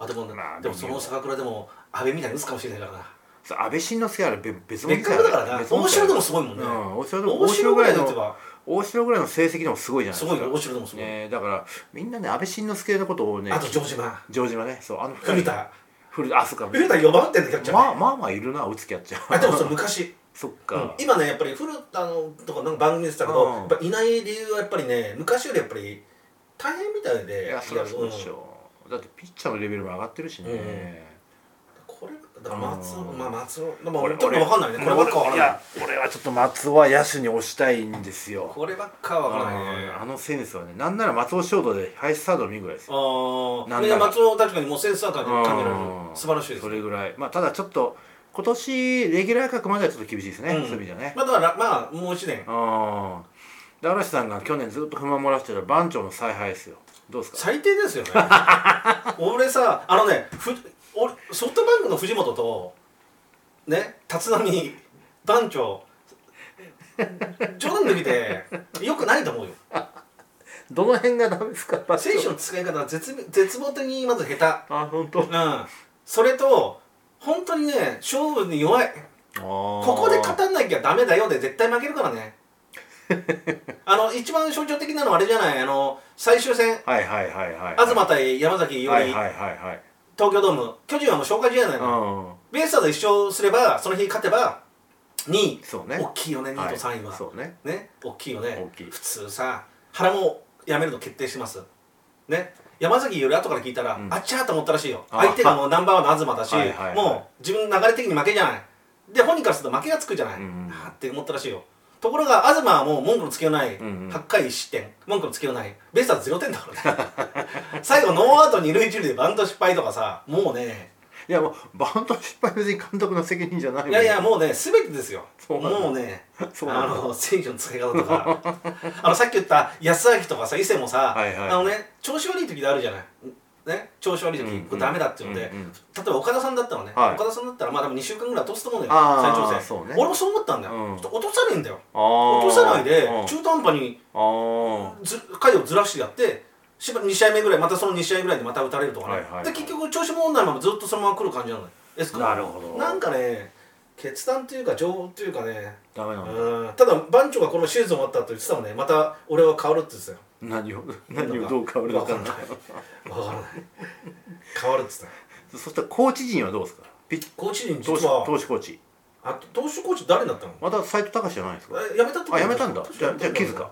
Speaker 2: あでも、
Speaker 1: まあ
Speaker 2: でもその坂倉でも阿部みたいに打つかもしれないからな
Speaker 1: そう安倍晋之助はあれ別別物
Speaker 2: 別格だからな大城でもすごいもん
Speaker 1: う
Speaker 2: ね、
Speaker 1: ん大城でも
Speaker 2: 大
Speaker 1: 大
Speaker 2: 城
Speaker 1: 城
Speaker 2: ぐ
Speaker 1: ぐ
Speaker 2: ら
Speaker 1: ら
Speaker 2: い
Speaker 1: い
Speaker 2: の打て
Speaker 1: の
Speaker 2: ば
Speaker 1: 大城ぐらいの成績でもすごいじゃない
Speaker 2: す
Speaker 1: です
Speaker 2: ご
Speaker 1: か
Speaker 2: いよ大城でもすごい、
Speaker 1: ねだからみんなね安倍晋之助のことをね
Speaker 2: あと城島
Speaker 1: 城島ねそうあの
Speaker 2: 古田
Speaker 1: 古田あそうか
Speaker 2: 古田4番打ってんだキャッチャーね、
Speaker 1: まあまあまあいるな打つキャッ
Speaker 2: [laughs]
Speaker 1: チャー
Speaker 2: あでもそれ昔
Speaker 1: そっ
Speaker 2: うん
Speaker 1: か、
Speaker 2: 今ねやっぱり古田のとかなんか番組でしたけど、
Speaker 1: うん
Speaker 2: やっぱいない理由はやっぱりね昔よりやっぱり大変みたいで
Speaker 1: いやそりゃそうで
Speaker 2: ん
Speaker 1: しょだってピッチャーのレベルも上がってるしね、
Speaker 2: これだから松尾
Speaker 1: うん
Speaker 2: まあ松尾まあ俺ちょっと分かんないねこればっ
Speaker 1: 俺
Speaker 2: かは分か
Speaker 1: い
Speaker 2: らない
Speaker 1: や俺はちょっと松尾は野手に押したいんですよ
Speaker 2: こればっかは分からないね
Speaker 1: あのセンスはねなんなら松尾ショートで林サードの見るぐらいですよ
Speaker 2: あ
Speaker 1: な
Speaker 2: あ
Speaker 1: んだろう
Speaker 2: ね松尾確かにもうセンスは感じ感じられる
Speaker 1: うん
Speaker 2: 素晴らしいです
Speaker 1: それぐらいまあただちょっと今年レギュラー格まではちょっと厳しいですね、
Speaker 2: うん
Speaker 1: そういう意味じゃね
Speaker 2: まあだからまあもう一年
Speaker 1: うんで嵐さんが去年ずっと不満漏らしてた番長の采配ですよどうですか
Speaker 2: 最低です
Speaker 1: [laughs]
Speaker 2: よね俺さあのねふ俺ソフトバンクの藤本とね立浪番長冗談抜きでよくないと思うよ
Speaker 1: どの辺がダメですか番
Speaker 2: 選手の使い方は絶妙絶望的にまず下
Speaker 1: あ本当
Speaker 2: 手うんそれと本当にね勝負に弱い
Speaker 1: こ
Speaker 2: ここで勝たなきゃダメだよで絶対負けるからねあの一番象徴的なのはあれじゃないあの最終戦
Speaker 1: はいはいはいはい
Speaker 2: 東対山崎よ
Speaker 1: は
Speaker 2: り、
Speaker 1: いはいはいはい
Speaker 2: 東京ドーム巨人はもう消化試合なのよ、
Speaker 1: う
Speaker 2: ベイスターズ1勝すればその日勝てば2位
Speaker 1: んそうね
Speaker 2: 大きいよね2
Speaker 1: は
Speaker 2: 位
Speaker 1: い
Speaker 2: と3位は、
Speaker 1: そうね
Speaker 2: ね大きいよね
Speaker 1: 大きい
Speaker 2: 普通さ原も辞めるの決定してますね山崎より後から聞いたら、
Speaker 1: うん
Speaker 2: あっちゃーと思ったらしいよ
Speaker 1: あ
Speaker 2: 相手がもうナンバーワンの東だし、
Speaker 1: はいはいはい
Speaker 2: もう自分の流れ的に負けじゃないで本人からすると負けがつくじゃない、
Speaker 1: うんうん
Speaker 2: あーって思ったらしいよところが東はもう文句のつけようない、
Speaker 1: うんうん
Speaker 2: 8回失点文句のつけようないベイスターズ0点だからね [laughs] 最後ノーアウト二塁一塁でバント失敗とかさもうね
Speaker 1: いやもうバント失敗は別に監督の責任じゃないもん
Speaker 2: いやいやもうね全てですよ
Speaker 1: そうなんだ
Speaker 2: もうね
Speaker 1: [laughs] そう
Speaker 2: あ
Speaker 1: なの
Speaker 2: の選手の使い方とか [laughs] あのさっき言った安明とかさ伊勢もさ、
Speaker 1: はいはい
Speaker 2: あのね調子悪い時であるじゃない。ね、調子悪い時、
Speaker 1: うんうん
Speaker 2: これダメだっていうので、
Speaker 1: うんうん
Speaker 2: 例えば岡田さんだったらね、
Speaker 1: はい
Speaker 2: 岡田さんだったらまあ多分2週間ぐらい落とすと思うんだよ
Speaker 1: あ
Speaker 2: 最
Speaker 1: ー
Speaker 2: 長
Speaker 1: そう
Speaker 2: 戦、
Speaker 1: ね
Speaker 2: 俺もそう思ったんだよ、
Speaker 1: うん
Speaker 2: ちょっと落とさないんだよ
Speaker 1: 落
Speaker 2: 落とさないで
Speaker 1: あー
Speaker 2: 中途半端に
Speaker 1: あー
Speaker 2: ず回をずらしてやってしば2試合目ぐらいまたその2試合ぐらいでまた打たれるとかね、
Speaker 1: はいはいはい
Speaker 2: で結局調子もんないままずっとそのまま来る感じなのよエスコ
Speaker 1: なるほど
Speaker 2: なんかね決断というか情報というかね
Speaker 1: ダメなの
Speaker 2: うんただ番長がこのシーズン終わったと言ってたもんねまた俺は変わるって言ってたよ
Speaker 1: 何を何をどう変わるのか
Speaker 2: 分
Speaker 1: な
Speaker 2: からない分からない変わるって言ってたよ
Speaker 1: そしたらコーチ陣はどうですかピッ
Speaker 2: コーチ陣
Speaker 1: 投手
Speaker 2: 実は
Speaker 1: 投手コーチ
Speaker 2: あ投手コーチ誰になったの
Speaker 1: また斎藤隆じゃないですか
Speaker 2: えやめたって
Speaker 1: あやめたんだ
Speaker 2: 確
Speaker 1: じゃ
Speaker 2: か
Speaker 1: あじゃあ木塚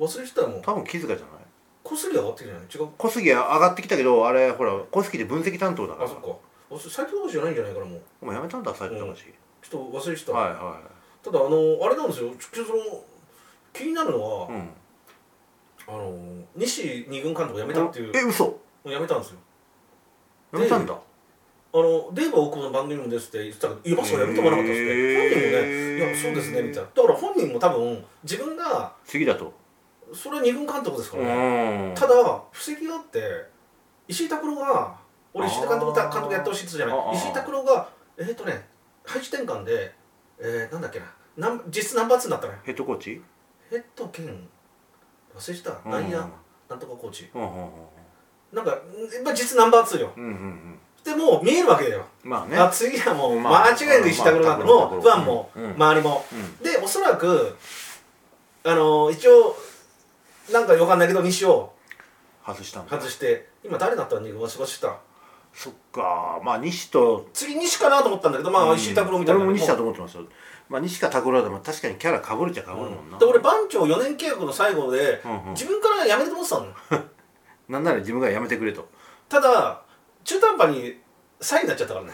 Speaker 2: 忘れてたよもう
Speaker 1: 多分木塚じゃない
Speaker 2: 小杉上がってきたよね違う
Speaker 1: 小杉上がってきたけどあれほら小杉って分析担当だか
Speaker 2: あ
Speaker 1: ら
Speaker 2: そっか忘れ斎藤投手じゃないんじゃないからもう
Speaker 1: もうやめたんだ斎藤隆
Speaker 2: ちょっと忘れてた、
Speaker 1: はいは
Speaker 2: ただあのあれなんですよちょその気になるのは、
Speaker 1: いうん
Speaker 2: あの西二軍監督辞めたっていう
Speaker 1: え嘘
Speaker 2: 辞めたんですよ
Speaker 1: やめたんだ
Speaker 2: あのデーブ大久保の番組もですって言ってたけど、いや、まさかやめてもらわなかったですね、
Speaker 1: へー
Speaker 2: 本人もね、いや、そうですねみたいな、だから本人も多分、自分が、
Speaker 1: 次だと
Speaker 2: それは二軍監督ですからね、
Speaker 1: ん
Speaker 2: ただ、布石があって、石井拓郎が、俺、石井監督
Speaker 1: あ
Speaker 2: た
Speaker 1: ー
Speaker 2: 監督やってほしいって言ってたじゃ
Speaker 1: あ
Speaker 2: な
Speaker 1: あ
Speaker 2: い、石井拓郎が、えっ、ー、とね、配置転換で、えー、なんだっけな、なん実質ナンバーツーになったね、
Speaker 1: ヘッドコーチ
Speaker 2: ヘッド兼、忘れてた、
Speaker 1: うん
Speaker 2: 内野、なんとかコーチ、
Speaker 1: うんうんうん
Speaker 2: なんか、んまあ、実質ナンバーツーよ、
Speaker 1: うんうんうん
Speaker 2: でもう見えるわけだよ。
Speaker 1: まあね
Speaker 2: あ次はもう
Speaker 1: まあ
Speaker 2: 間違いなく石田黒なんても
Speaker 1: ま
Speaker 2: う
Speaker 1: あ
Speaker 2: ファンも
Speaker 1: うん
Speaker 2: 周りも
Speaker 1: う
Speaker 2: でおそらくあのー一応なんか予感だけど西を
Speaker 1: 外したんだ
Speaker 2: 外して今誰だったのにごしごした
Speaker 1: そっかまあ西と
Speaker 2: 次西かなと思ったんだけどまあ石井拓郎みたいな
Speaker 1: 俺も西だと
Speaker 2: も
Speaker 1: 思ってますよまあ西か拓郎だと確かにキャラかぶるっちゃかぶるもん
Speaker 2: う
Speaker 1: な
Speaker 2: で俺番長4年契約の最後で
Speaker 1: うんうん
Speaker 2: 自分から辞めると思ってたの
Speaker 1: なんなら自分がやめてくれと
Speaker 2: ただ中途半端にサインになっちゃっ
Speaker 1: [laughs]
Speaker 2: たからね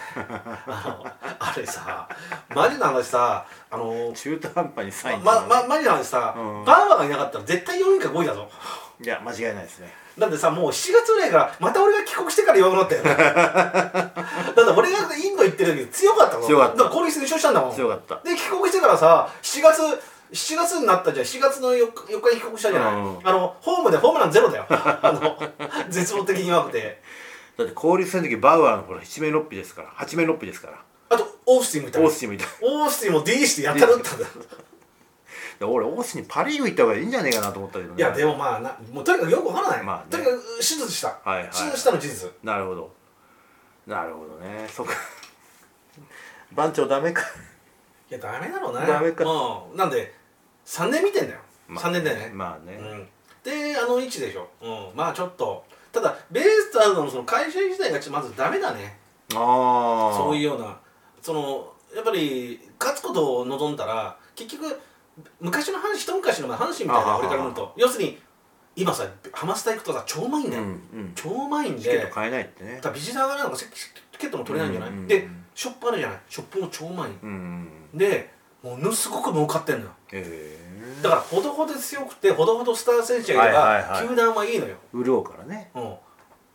Speaker 2: あのあれさマジな話さあのー
Speaker 1: 中途半端にサインって
Speaker 2: ま、ま、マジな話さ、
Speaker 1: うん
Speaker 2: バーバーがいなかったら絶対4位か5位だぞ
Speaker 1: いや間違いないですね
Speaker 2: だってさもう7月ぐらいからまた俺が帰国してから弱くなったよだって俺がインド行ってるの時強かったの
Speaker 1: 強かった
Speaker 2: だら交流戦優勝したんだもん
Speaker 1: 強かった
Speaker 2: で帰国してからさ7月7月になったじゃん7月の 4, 4日に帰国したじゃない、
Speaker 1: うん
Speaker 2: あのホームでホームランゼロだよあの絶望的に弱くて
Speaker 1: だって交流戦の時バウアーのほら7面6匹ですから8面6匹ですから
Speaker 2: あとオースティンみたい
Speaker 1: オ
Speaker 2: な
Speaker 1: ースティンみたい
Speaker 2: オースティンも D してやたら打ったんだ
Speaker 1: な俺オースティンパ・リーグ行った方がいいんじゃねえかなと思ったけどね
Speaker 2: いやでもまあなもうとにかくよくわからない、
Speaker 1: まあね
Speaker 2: とにかく手術した、
Speaker 1: はいはい
Speaker 2: 手術したの事実
Speaker 1: なるほどなるほどねそっか番長ダメか
Speaker 2: いやダメだろうな
Speaker 1: ダメか
Speaker 2: うん、なんで3年見てんだよ、3年だよね、
Speaker 1: まあね、
Speaker 2: うん、であの位置でしょ、うん、まあちょっとただベイスターズのその会社自体がちょっとまずダメだね
Speaker 1: ああ
Speaker 2: そういう
Speaker 1: う
Speaker 2: ようなそのやっぱり勝つことを望んだら結局昔の話一昔のまあ阪神みたい
Speaker 1: あ
Speaker 2: な
Speaker 1: あ
Speaker 2: 俺から見ると要するに今さハマスタ行くとさ超うまいんだ
Speaker 1: ん
Speaker 2: よ、
Speaker 1: うん
Speaker 2: 超うまいん
Speaker 1: チケッ
Speaker 2: で
Speaker 1: ト買えないってね
Speaker 2: だからビジターがなんかチケットも取れないんじゃない、
Speaker 1: うんうんうん
Speaker 2: でショップあるじゃないショップも超うまい
Speaker 1: うんうん
Speaker 2: でものすごく儲かってんのよ
Speaker 1: ええ
Speaker 2: だからほどほど強くてほどほどスター選手がいれば、
Speaker 1: はいはいはい
Speaker 2: 球団はいいのよ
Speaker 1: 潤うからね
Speaker 2: うん、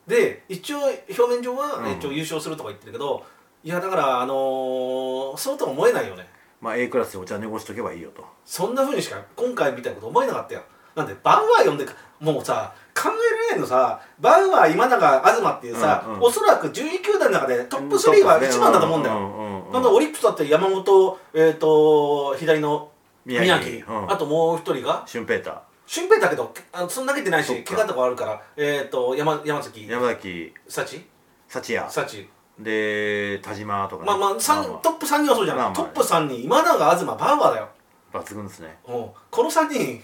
Speaker 2: で一応表面上は、
Speaker 1: うん
Speaker 2: 一応優勝するとか言ってるけどいやだからあのーそうとも思えないよね
Speaker 1: まあ A クラスでお茶濁しとけばいいよと
Speaker 2: そんなふうにしか今回みたいなこと思えなかったよなんでバウアー呼んでかもうさ考えられないのさバウアー今永東っていうさ、
Speaker 1: うんうん
Speaker 2: おそらく12球団の中でトップ3は一番だと思うんだよ、
Speaker 1: よ
Speaker 2: なんだオリックスだって山本、えー、と左の宮城
Speaker 1: うん、
Speaker 2: あともう一人が
Speaker 1: シュンペータ
Speaker 2: 俊平だけどあのそんな投げてない
Speaker 1: そっ
Speaker 2: し
Speaker 1: か
Speaker 2: 怪我とかあるから、えー、と山山崎
Speaker 1: ー山崎
Speaker 2: 幸
Speaker 1: 幸也
Speaker 2: 幸
Speaker 1: で田島とかね、
Speaker 2: まあまあ、三トップ3人はそうじゃない、
Speaker 1: まあまあ
Speaker 2: トップ3人今永東バウアーだよ
Speaker 1: 抜群ですね
Speaker 2: もうこの3人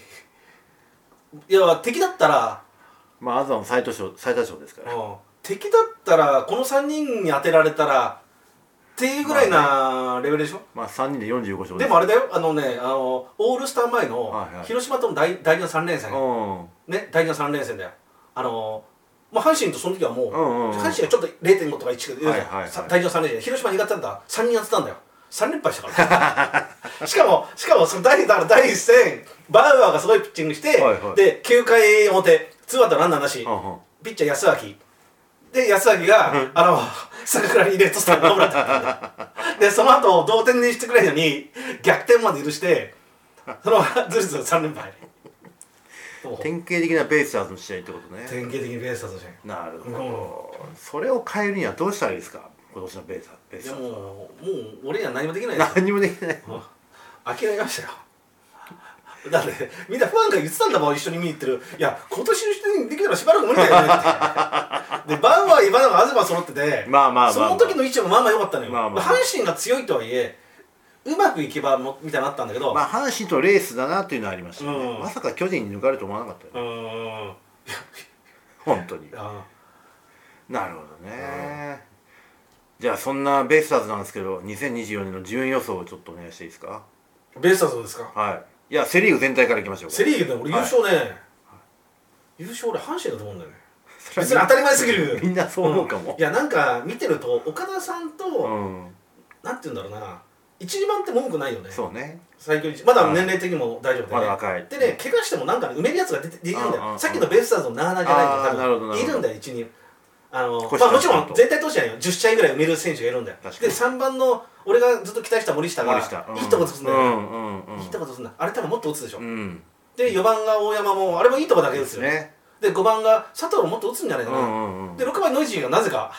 Speaker 2: いや敵だったら、
Speaker 1: まああずはもう最多勝最多勝ですか
Speaker 2: う
Speaker 1: ら
Speaker 2: ん敵だったらこの3人に当てられたらっていうぐらいなレベルでしょ、
Speaker 1: まあ3人で45勝
Speaker 2: でもあれだよあのねあのオールスター前の
Speaker 1: はいはい
Speaker 2: 広島との大大事な3連戦、
Speaker 1: も
Speaker 2: ね大事な3連戦だよあのまあ、阪神とその時はも
Speaker 1: う
Speaker 2: う,、
Speaker 1: んうんうん
Speaker 2: 阪神がちょっと0.5とか1とか、
Speaker 1: はいはいはい
Speaker 2: さ大事な3連戦広島苦手だったら3人やってたんだよ3連敗したか
Speaker 1: [laughs]
Speaker 2: らしかもしかもその第だから第一戦バウアーがすごいピッチングして、
Speaker 1: はいはい
Speaker 2: で9回表ツーアウトランナーなし、
Speaker 1: うんうんうん
Speaker 2: ピッチャー安脇で安脇が、あの坂倉にレッドスターがホームラン打ったでその後同点にしてくれるのに逆転まで許してそのずるずる3
Speaker 1: [laughs]
Speaker 2: 連敗もう
Speaker 1: 典型的なベイスターズの試合ってことね
Speaker 2: 典型的にベイスターズじゃん
Speaker 1: なるほど、それを変えるにはどうしたらいいですか今年のベイスターベイ
Speaker 2: い
Speaker 1: ス
Speaker 2: や
Speaker 1: タ
Speaker 2: も
Speaker 1: ー
Speaker 2: う
Speaker 1: ズ
Speaker 2: もう俺には何もできないです
Speaker 1: 何にもできない
Speaker 2: もう諦めましたよだってみんなファンが言ってたんだもん一緒に見に行ってるいや今年一緒にできるのはしばらく無理だよねってでバウアー今永東揃ってて
Speaker 1: まあまあまあまあ
Speaker 2: その時の位置もまあまあ良かったのよ、
Speaker 1: まあまあ
Speaker 2: 阪神が強いとはいえうまくいけばもみたいなのあったんだけど、
Speaker 1: まあ阪神とレースだなっていうのはありましたよね、
Speaker 2: うん
Speaker 1: まさか巨人に抜かれると思わなかったよね
Speaker 2: うーん
Speaker 1: 本当に
Speaker 2: あ
Speaker 1: なるほどね、じゃあそんなベイスターズなんですけど2024年の順位予想をちょっとお願いしていいですか
Speaker 2: ベイスターズですか
Speaker 1: はいいやセ・リーグ全体からいきましょうか
Speaker 2: セ・リーグで俺優勝ね、優勝俺阪神だと思うんだよね別に当たり前すぎる
Speaker 1: [laughs] みんなそう思うかも
Speaker 2: いやなんか見てると岡田さんと、
Speaker 1: うん、
Speaker 2: なんて言うんだろうな一二番って文句ないよね
Speaker 1: そうね
Speaker 2: 最強一まだ年齢的にも大丈夫で、ね
Speaker 1: まだ若い
Speaker 2: でね怪我してもなんかね埋めるやつが出てできるんだ
Speaker 1: うんうんう
Speaker 2: よ
Speaker 1: ん
Speaker 2: さっきのベイスターズの7じゃない
Speaker 1: あー
Speaker 2: けど
Speaker 1: なるほど
Speaker 2: 多
Speaker 1: な
Speaker 2: 分
Speaker 1: る
Speaker 2: い
Speaker 1: ほど
Speaker 2: るんだよ一二あの
Speaker 1: 腰
Speaker 2: まあ
Speaker 1: 高
Speaker 2: も
Speaker 1: い
Speaker 2: ち
Speaker 1: と
Speaker 2: ろん全体通してないよ10試合ぐらい埋める選手がいるんだよ
Speaker 1: 確かに
Speaker 2: で3番の俺がずっと期待した森下が
Speaker 1: 森下うん
Speaker 2: いいとこつくんだ
Speaker 1: う
Speaker 2: よ、
Speaker 1: んうんうん
Speaker 2: いいとこつくんだあれ多分もっと打つでしょ、
Speaker 1: うん
Speaker 2: で4番が大山もあれもいいとこだけ打
Speaker 1: です
Speaker 2: つよね、
Speaker 1: ね
Speaker 2: で5番が佐藤ももっと打つんじゃないか
Speaker 1: うん
Speaker 2: な、
Speaker 1: うんうん
Speaker 2: で6番ノイジーがなぜか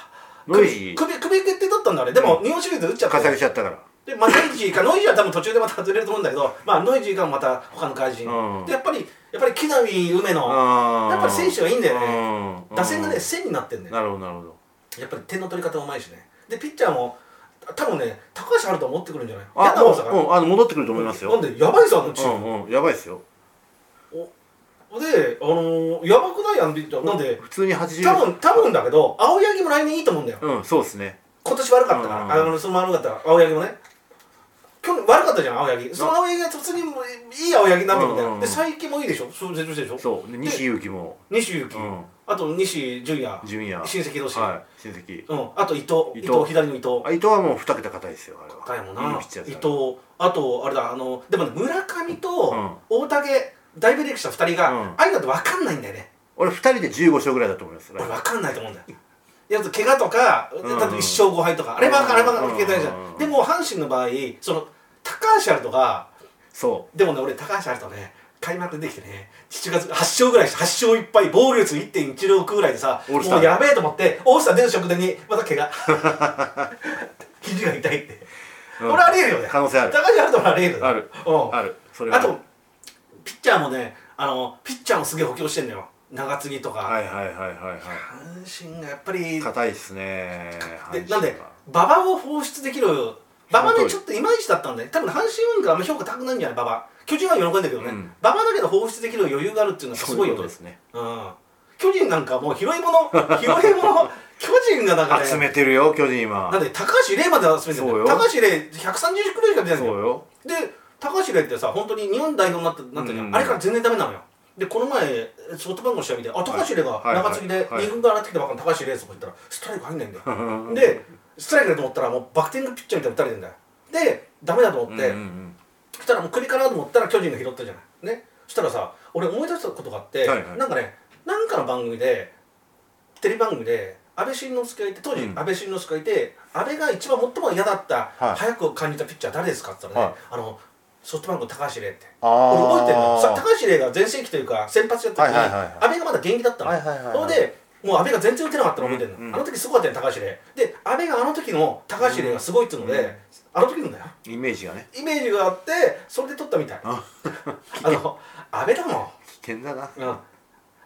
Speaker 1: ノイジー
Speaker 2: 首首首決定だったんだあれでも日本シリーズ打っちゃった
Speaker 1: 加速しちゃったから
Speaker 2: で、まあ、ノイジーかノイジーは多分途中でまた外れると思うんだけど、まあ、ノイジーがまた他の外人、
Speaker 1: うん
Speaker 2: でやっぱりやっぱり木浪梅野
Speaker 1: あ
Speaker 2: やっぱり選手
Speaker 1: が
Speaker 2: がいいんだよね、
Speaker 1: ね
Speaker 2: 打線がね線になってんだよ
Speaker 1: なるほどなるほど
Speaker 2: やっぱり点の取り方うまいしねでピッチャーもた多分ね高橋遥人持ってくるんじゃないや
Speaker 1: あ
Speaker 2: だもんさ
Speaker 1: もう、うん、あの戻ってくると思います
Speaker 2: な
Speaker 1: よ
Speaker 2: んでやばいぞあのチ
Speaker 1: う
Speaker 2: ーム、
Speaker 1: んうんやばいですよ
Speaker 2: であのー、やばくないあのピッチャーなんで
Speaker 1: 普通に80
Speaker 2: 多分多分だけど青柳も来年いいと思うんだよ
Speaker 1: うんそうですね
Speaker 2: 今年悪かったか
Speaker 1: うん
Speaker 2: ら、あのその悪かった青柳もね去年悪かったじゃん青柳その青柳が突然もういい青柳になってくんだよ、
Speaker 1: うん
Speaker 2: で佐伯もいいでしょそう絶対してるでしょ
Speaker 1: そうで西勇輝も
Speaker 2: 西勇輝、
Speaker 1: うん
Speaker 2: あと西純也
Speaker 1: ジュニア
Speaker 2: 親戚同士、
Speaker 1: はい親戚
Speaker 2: うん、あと伊藤
Speaker 1: 伊
Speaker 2: 伊
Speaker 1: 藤
Speaker 2: 藤左の伊藤
Speaker 1: あ伊藤はもう二桁硬いですよあれは
Speaker 2: 高いもん
Speaker 1: いい
Speaker 2: な
Speaker 1: ピッチャー
Speaker 2: 伊
Speaker 1: です
Speaker 2: 藤あとあれだあのでもね村上と大竹、大ブレイクした2人が、
Speaker 1: うん
Speaker 2: ああいうのって分かんないんだよね
Speaker 1: 俺二人で15勝ぐらいだと思います
Speaker 2: 俺分かんないと思うんだよやつ怪我とか、
Speaker 1: んうん
Speaker 2: だと一勝5敗とかあればあかんあればあかん
Speaker 1: うんうんうん
Speaker 2: いけないじゃんでも阪神の場合その高橋遥人が
Speaker 1: そ
Speaker 2: でもね俺高橋遥人ね開幕でできてね7月8勝ぐらいして8勝1敗防御率1.16ぐらいでさ
Speaker 1: オー
Speaker 2: も
Speaker 1: ルスター
Speaker 2: うやべえと思ってオールスター出る直前にまた怪我肘が痛いって、
Speaker 1: うん
Speaker 2: 俺ありえるよね
Speaker 1: う可能性ある
Speaker 2: 高橋遥人はありえるよ
Speaker 1: ある
Speaker 2: うん
Speaker 1: あるそれは
Speaker 2: あとピッチャーもねあのピッチャーもすげえ補強してんのよ長継ぎとか、
Speaker 1: はいはいはいはいは
Speaker 2: 阪神がやっぱり
Speaker 1: い硬いっすね
Speaker 2: で
Speaker 1: 阪神
Speaker 2: なんで
Speaker 1: は
Speaker 2: 馬場を放出できる馬
Speaker 1: そ
Speaker 2: 場ね
Speaker 1: の通り
Speaker 2: ちょっといまいちだったんで多分阪神ファンがあんま評価高くないんじゃない馬場巨人は喜んでるけどね、
Speaker 1: うん
Speaker 2: 馬場だけど放出できる余裕があるっていうのはす
Speaker 1: そう
Speaker 2: ご
Speaker 1: い
Speaker 2: いうよ
Speaker 1: こと
Speaker 2: ね
Speaker 1: ですね
Speaker 2: うん、巨人なんかもう拾い物 [laughs] 拾い物巨人がなんかね
Speaker 1: 集めてるよ巨人今
Speaker 2: だって高橋礼まで集めてるんだよ
Speaker 1: そうよ
Speaker 2: 高橋礼130くらいしか出ないんだ
Speaker 1: そ
Speaker 2: よ
Speaker 1: うよ
Speaker 2: で高橋礼ってさ本当に日本代表になったなったじゃん、
Speaker 1: うん
Speaker 2: あれから全然ダメなのよでこの前ソフトバンクの試合見てあ高橋礼が
Speaker 1: はい
Speaker 2: 中継ぎで
Speaker 1: はいはい
Speaker 2: 2軍から上がってきたばっかの高橋礼とか言ったらストライク入んない
Speaker 1: [laughs]
Speaker 2: んだよ
Speaker 1: で
Speaker 2: でストライクだと思ったらもうバクティングピッチャーみたいに打たれてんだよでダメだと思って、そしたらもう栗かなと思ったら巨人が拾ったじゃないねそしたらさ俺思い出したことがあって、
Speaker 1: はいはい
Speaker 2: なんかねなんかの番組でテレビ番組で安倍晋之助がいて当時
Speaker 1: うん
Speaker 2: 安倍晋之助がいて、安倍が一番最も嫌だった、
Speaker 3: はい
Speaker 2: 早く感じたピッチャー誰ですかって言ったらね、
Speaker 3: は
Speaker 2: あのソフトバンクの高橋礼って
Speaker 3: あ
Speaker 2: 俺
Speaker 3: あ
Speaker 2: 覚えてるのよさ
Speaker 3: は
Speaker 2: 高橋礼が全盛期というか先発やった時に、
Speaker 3: はいはいはいはい
Speaker 2: 安倍がまだ現役だったの、
Speaker 3: いはいはい
Speaker 2: それでもう阿部が全然打てなかったのを見てるの、
Speaker 1: うんうん
Speaker 2: あの時すごかったよね高橋礼で阿部があの時の高橋礼がすごいっていうので、
Speaker 1: うん
Speaker 2: あの時のだよ
Speaker 1: イメージがね
Speaker 2: イメージがあってそれで取ったみたいあ
Speaker 1: あ
Speaker 2: の阿部だもん、
Speaker 1: 危険だな
Speaker 2: うん、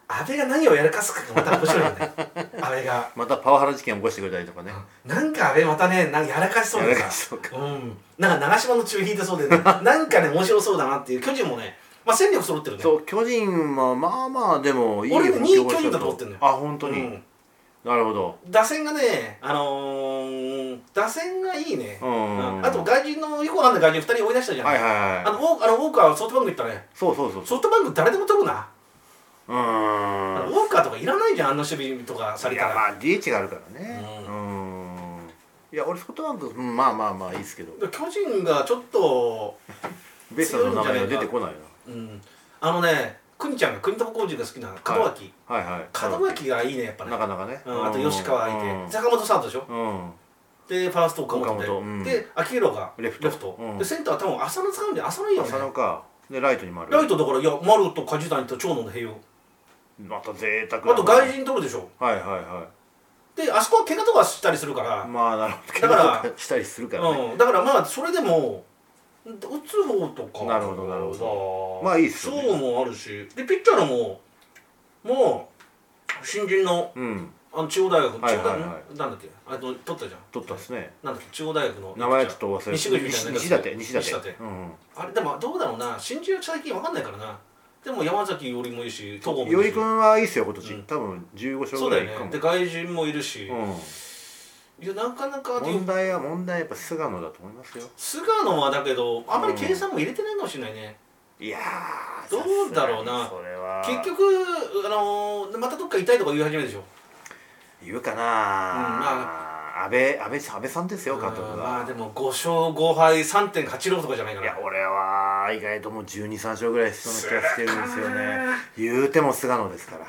Speaker 2: 阿部が何をやらかすかがまた面白いよね阿部が
Speaker 1: またパワハラ事件起こしてくれたりとかね
Speaker 2: なんか阿部またねなんかやらかしそうで
Speaker 1: やらかし
Speaker 2: さ
Speaker 1: そうか
Speaker 2: うんなんか長島の中引いてそうで、ね、なんかね面白そうだなっていう巨人もねまあ戦力揃ってるね
Speaker 1: そう巨人はまあまあでもいい
Speaker 2: 俺ね
Speaker 1: 補強
Speaker 2: 二位
Speaker 1: をし
Speaker 2: 巨人だ
Speaker 1: よ
Speaker 2: と思ってんのよ
Speaker 1: あ本当
Speaker 2: う
Speaker 1: に
Speaker 2: ん
Speaker 1: なるほど
Speaker 2: 打線がねあのー、打線がいいね
Speaker 1: うん
Speaker 2: あと外人の横浜で外人2人追い出したじゃん、
Speaker 1: はいはい
Speaker 2: あ
Speaker 1: はい
Speaker 2: のウォーあのウォーカーはソフトバンク行ったね
Speaker 1: そうそうそうそう
Speaker 2: ソフトバンク誰でも取るな、
Speaker 1: うーん
Speaker 2: あのウォーカーとかいらないじゃんあんな守備とかされ
Speaker 1: い
Speaker 2: た
Speaker 1: や
Speaker 2: ら、
Speaker 1: まあ DH があるからね
Speaker 2: う
Speaker 1: うんいや俺ソフトバンク、うんまあまあまあいいですけど
Speaker 2: 巨人がちょっと、
Speaker 1: ベストの名前が出てこない
Speaker 2: うん、あのね邦ちゃんが邦友浩二が好きな門脇、
Speaker 1: なはいはい
Speaker 2: 門脇がいいねやっぱね
Speaker 1: なかなかね
Speaker 2: うん、あと吉川がいて、
Speaker 1: うん
Speaker 2: 坂本サードでしょ
Speaker 1: うん
Speaker 2: でファースト岡本で
Speaker 1: 岡本うん
Speaker 2: で秋広が
Speaker 1: レフトうん
Speaker 2: でセンターは多分浅野使うんで浅野いいよね
Speaker 1: 浅野かでライトにもある
Speaker 2: ライトだからいや丸と梶谷と長野の併用
Speaker 1: また贅沢な
Speaker 2: あと外人取るでしょ
Speaker 1: はいはいは
Speaker 2: であそこは怪我とかしたりするから
Speaker 1: い、まあなるほど
Speaker 2: だから
Speaker 1: [laughs] したりするからね
Speaker 2: うん、だからまあそれでも打つ方とか
Speaker 1: なるほどなる
Speaker 2: ほ
Speaker 1: まあいいっすよね
Speaker 2: そうもあるしでピッチャーももう新人の
Speaker 1: うん
Speaker 2: あの中央大学
Speaker 1: はい
Speaker 2: 中
Speaker 1: は
Speaker 2: 央
Speaker 1: いは
Speaker 2: 大
Speaker 1: い
Speaker 2: 学なんだっけあれ取ったじゃん
Speaker 1: 取ったですね
Speaker 2: なんだっけ中央大学の
Speaker 1: 名前ちょっと忘れ
Speaker 2: 西口みたいな
Speaker 1: 西舘西舘
Speaker 2: 西舘
Speaker 1: うん
Speaker 2: あれでもどうだろうな新人は最近わかんないからなでも山崎よりもいいし戸郷もい
Speaker 1: よ
Speaker 2: る
Speaker 1: り
Speaker 2: し
Speaker 1: くんはいいっすよ今年、
Speaker 2: うん
Speaker 1: 多分15勝
Speaker 2: そう
Speaker 1: ぐらいい
Speaker 2: だ
Speaker 1: く
Speaker 2: よ
Speaker 1: か
Speaker 2: ね
Speaker 1: も
Speaker 2: で外人もいるし、いやなかなか
Speaker 1: うん、問題は問題はやっぱ菅野だと思いますよ
Speaker 2: 菅野はだけどあんまり計算も入れてないかもしれないね、
Speaker 1: いやー
Speaker 2: どうだろうな
Speaker 1: さすがにそれは
Speaker 2: 結局、あのーまたどっか痛いとか言い始めるでしょ
Speaker 1: 言うかな、
Speaker 2: うん
Speaker 1: 安倍安倍さん安倍さんですよ監督が、
Speaker 2: うんまあでも5勝5敗3.86とかじゃないか
Speaker 1: いや
Speaker 2: な
Speaker 1: 俺は意外ともう1 2 3勝ぐらいしそうな気がしてるんですよね言うても菅野ですから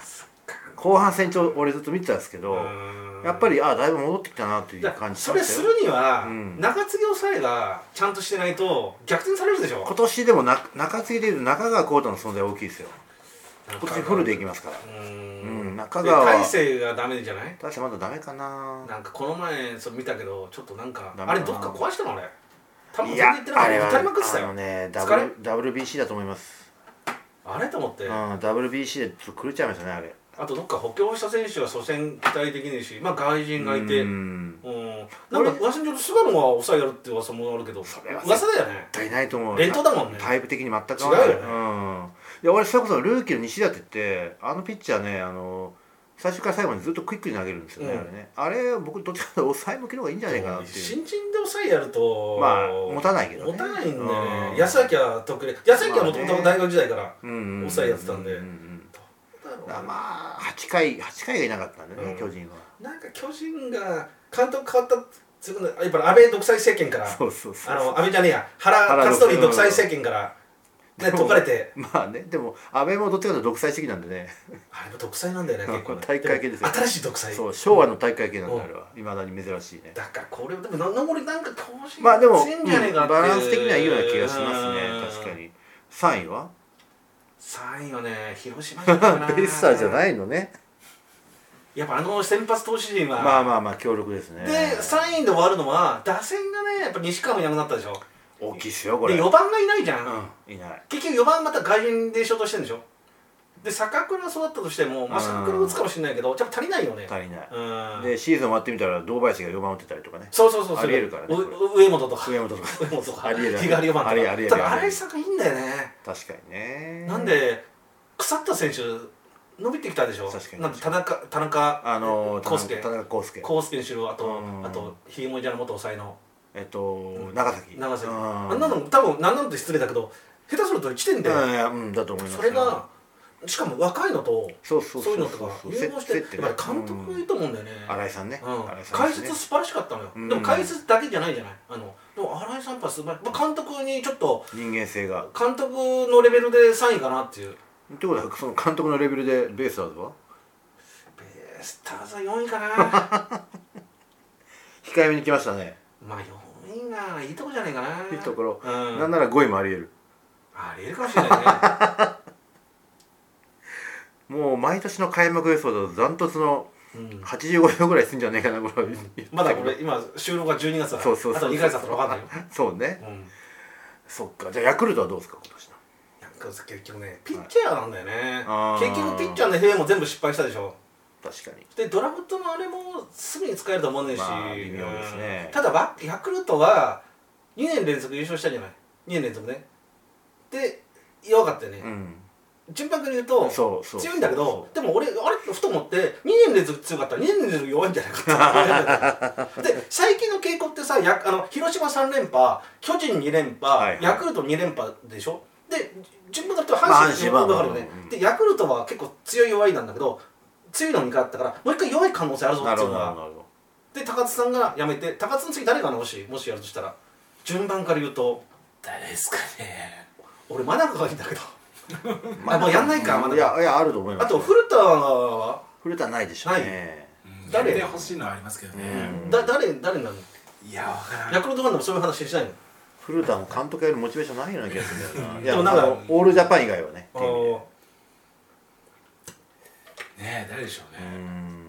Speaker 1: 後半戦長俺ずっと見てたんですけど、
Speaker 2: うん
Speaker 1: やっぱりあだいぶ戻ってきたなという
Speaker 2: いや
Speaker 1: 感じし
Speaker 2: そ
Speaker 1: ま
Speaker 2: れ
Speaker 1: し
Speaker 2: す
Speaker 1: たよ
Speaker 2: るには、
Speaker 1: うん
Speaker 2: 中継ぎ抑えがちゃんとしてないと逆転されるでしょ
Speaker 1: 今年でもな中継ぎでいうと中川浩太の存在大きいですよ今年フルでいきますから
Speaker 2: うー
Speaker 1: うんん中川は
Speaker 2: 大勢がダメじゃない
Speaker 1: 確かまだダメかな
Speaker 2: なんかこの前それ見たけどちょっとなんか
Speaker 1: ダメだな
Speaker 2: あれどっか壊したの俺多分
Speaker 1: い
Speaker 2: 全然
Speaker 1: や
Speaker 2: 言ってな
Speaker 1: あ
Speaker 2: かっ
Speaker 1: れ
Speaker 2: た
Speaker 1: は
Speaker 2: 打たれまくってた
Speaker 1: あの
Speaker 2: よ
Speaker 1: ね
Speaker 2: 疲れ
Speaker 1: W WBC だと思います、
Speaker 2: あれと思っ
Speaker 1: う
Speaker 2: て
Speaker 1: ん、WBC でちょっと狂っちゃいましたねあれ
Speaker 2: あとどっか補強した選手は初戦期待できないしまあ外人がいて
Speaker 1: うん
Speaker 2: うん、なんか噂によると菅野が抑えやるって噂もあるけど
Speaker 1: それは
Speaker 2: 噂だよね
Speaker 1: 絶対ないと思う
Speaker 2: 連投だもんね
Speaker 1: タイプ的に全く
Speaker 2: 違うよね
Speaker 1: うん、いや俺それこそルーキーの西舘ってあのピッチャーねあの最初から最後にずっとクイックに投げるんですよね、
Speaker 2: うん
Speaker 1: あれねあれ僕どっちかというと抑え向きの方がいいんじゃないかなっていう
Speaker 2: 新人で抑えやると
Speaker 1: まあ持たないけどね
Speaker 2: 持たないんで
Speaker 1: うん
Speaker 2: ね安崎は特に安崎はもともと大学時代から
Speaker 1: うんうんうん
Speaker 2: 抑えやってたんで
Speaker 1: ううん
Speaker 2: だろう
Speaker 1: だから
Speaker 2: な
Speaker 1: まあ8回8回がいなかったんでね、
Speaker 2: うん
Speaker 1: 巨人は
Speaker 2: なんか巨人が監督変わったつうことでやっぱり安倍独裁政権から
Speaker 1: そうそうそう
Speaker 2: あの安倍じゃねえや原
Speaker 1: 原
Speaker 2: 勝則独裁政権からね、解かれて、
Speaker 1: まあねでも安倍もどっちかというと独裁主義なんでね
Speaker 2: あれも独裁なんだよね、結構、ね。
Speaker 1: 体育会系ですよ
Speaker 2: も新しい独裁。
Speaker 1: そう昭和の大会系なんであれはいまだに珍しいね
Speaker 2: だからこれ、でも、なん俺なんか投資
Speaker 1: まあでも、
Speaker 2: せんじゃねえ
Speaker 1: う
Speaker 2: か
Speaker 1: ん
Speaker 2: って
Speaker 1: バランス的にはいいような気がしますね確か。に3位は
Speaker 2: 3位はね、広島じゃないかな
Speaker 1: ベイスターズじゃないのね
Speaker 2: やっぱあの先発投手陣は。
Speaker 1: まあまあまあ強力ですね
Speaker 2: で、3位で終わるのは、打線がね、やっぱ西川もいなくなったでしょ。
Speaker 1: 大きいっすよこれ
Speaker 2: で、4番がいないじゃん。
Speaker 1: うんいない
Speaker 2: 結局4番また外人で消灯してるんでしょ。で、坂倉はそうだったとしても、まあ、坂倉打つかもしれないけど、やっぱ足りないよね。
Speaker 1: 足りない
Speaker 2: うん。
Speaker 1: でシーズン終わってみたら堂林が4番打ってたりとかね
Speaker 2: そうそうそうそう。
Speaker 1: ありえるからね
Speaker 2: お
Speaker 1: これ
Speaker 2: 上本とか。
Speaker 1: 上本とか
Speaker 2: 上本とか。
Speaker 1: ありえる
Speaker 2: 日替わり4番とか。
Speaker 1: ありえるありえる
Speaker 2: ただ、荒井さんがいいんだよね。
Speaker 1: 確かにね
Speaker 2: なんで、腐った選手、伸びてきたでしょ。
Speaker 1: 確かに
Speaker 2: なんで、田中、田中、
Speaker 1: あの
Speaker 2: 康介
Speaker 1: 田中康介
Speaker 2: 康介にしろ、あと
Speaker 1: う、ん
Speaker 2: あと、ひいもじゃの元抑えの。
Speaker 1: えっと長崎
Speaker 2: 長崎
Speaker 1: うん
Speaker 2: あんなの多分何なのって失礼だけど下手すると1点で、
Speaker 1: うんいやうんだと思います
Speaker 2: それがしかも若いのと
Speaker 1: そうそ
Speaker 2: そう
Speaker 1: うそう
Speaker 2: いうのとか融合してやっ
Speaker 1: 接
Speaker 2: ぱ
Speaker 1: 点
Speaker 2: り監督がいいと思うんだよね、うん
Speaker 1: 新井さんね新井さん
Speaker 2: 解
Speaker 1: ですね
Speaker 2: 説素晴らしかったのよ、
Speaker 1: うん
Speaker 2: でも解説だけじゃないじゃないあのでも新井さんやっぱ素晴らしい、まあ、監督にちょっと
Speaker 1: 人間性が
Speaker 2: 監督のレベルで3位かなっていう
Speaker 1: ってことはその監督のレベルでベイスターズは
Speaker 2: ベースターズは4位かな [laughs]
Speaker 1: 控えめに来ましたね
Speaker 2: まあ4位がいいとこじゃないかない
Speaker 1: いところ、
Speaker 2: うん、
Speaker 1: なんなら5位もあり得る
Speaker 2: ありえるかもしれないね
Speaker 1: もう毎年の開幕予想だとダントツの [laughs]
Speaker 2: うん
Speaker 1: 85票ぐらいすんじゃないかなこれは
Speaker 2: まだこれ今収録が12月だから
Speaker 1: そうそうそう
Speaker 2: あと2ヶ月だったら分かんない
Speaker 1: [laughs]
Speaker 2: よ、
Speaker 1: そうね
Speaker 2: うん
Speaker 1: そっかじゃあヤクルトはどうですか今年の
Speaker 2: なんか結局ねピッチャーなんだよね、
Speaker 1: あー
Speaker 2: 結局ピッチャーの兵も全部失敗したでしょ
Speaker 1: 確かに
Speaker 2: でドラフトのあれもすぐに使えると思うねんし、
Speaker 1: まあ微妙ですね
Speaker 2: うんただわヤクルトは2年連続優勝したじゃない2年連続ねで弱かったよね、
Speaker 1: うん
Speaker 2: 順番に言うと
Speaker 1: そうそう
Speaker 2: 強いんだけどでも俺あれふと思って2年連続強かったら2年連続弱いんじゃないかってで最近の傾向ってさやあの広島3連覇巨人2連覇、
Speaker 1: はいはい
Speaker 2: ヤクルト2連覇でしょで順番だと
Speaker 1: まあ
Speaker 2: 阪神
Speaker 1: 阪神は
Speaker 2: 分かるよね、
Speaker 1: うん
Speaker 2: でヤクルトは結構強い弱いなんだけど強いのに回ったからもう一回弱い可能性あるぞ
Speaker 1: な
Speaker 2: っ
Speaker 1: る
Speaker 2: てい
Speaker 1: ほ
Speaker 2: う
Speaker 1: ど
Speaker 2: の
Speaker 1: なるほ
Speaker 2: が
Speaker 1: ど
Speaker 2: で高津さんが辞めて高津の次誰かなもしもしやるとしたら順番から言うと誰ですかね俺真中がいいんだけどあもうやんないかまだ
Speaker 1: いやいやあると思いま
Speaker 2: あ
Speaker 1: す
Speaker 2: と古田は
Speaker 1: 古田ないでしょうね
Speaker 4: うん
Speaker 2: 誰
Speaker 4: やってほしいのはありますけどね、
Speaker 1: うん
Speaker 2: だ誰誰になるの
Speaker 4: いやわからん
Speaker 2: ヤクルトファンでもそういう話しないの
Speaker 1: 古田も監督やるモチベーションないような気がするんだよない
Speaker 2: [laughs] で
Speaker 1: や
Speaker 2: もな
Speaker 1: なんん
Speaker 2: か
Speaker 1: かオールジャパン以外はねっていう意味で
Speaker 2: あ
Speaker 4: ねえ誰でしょう
Speaker 1: う
Speaker 4: ね、
Speaker 1: ん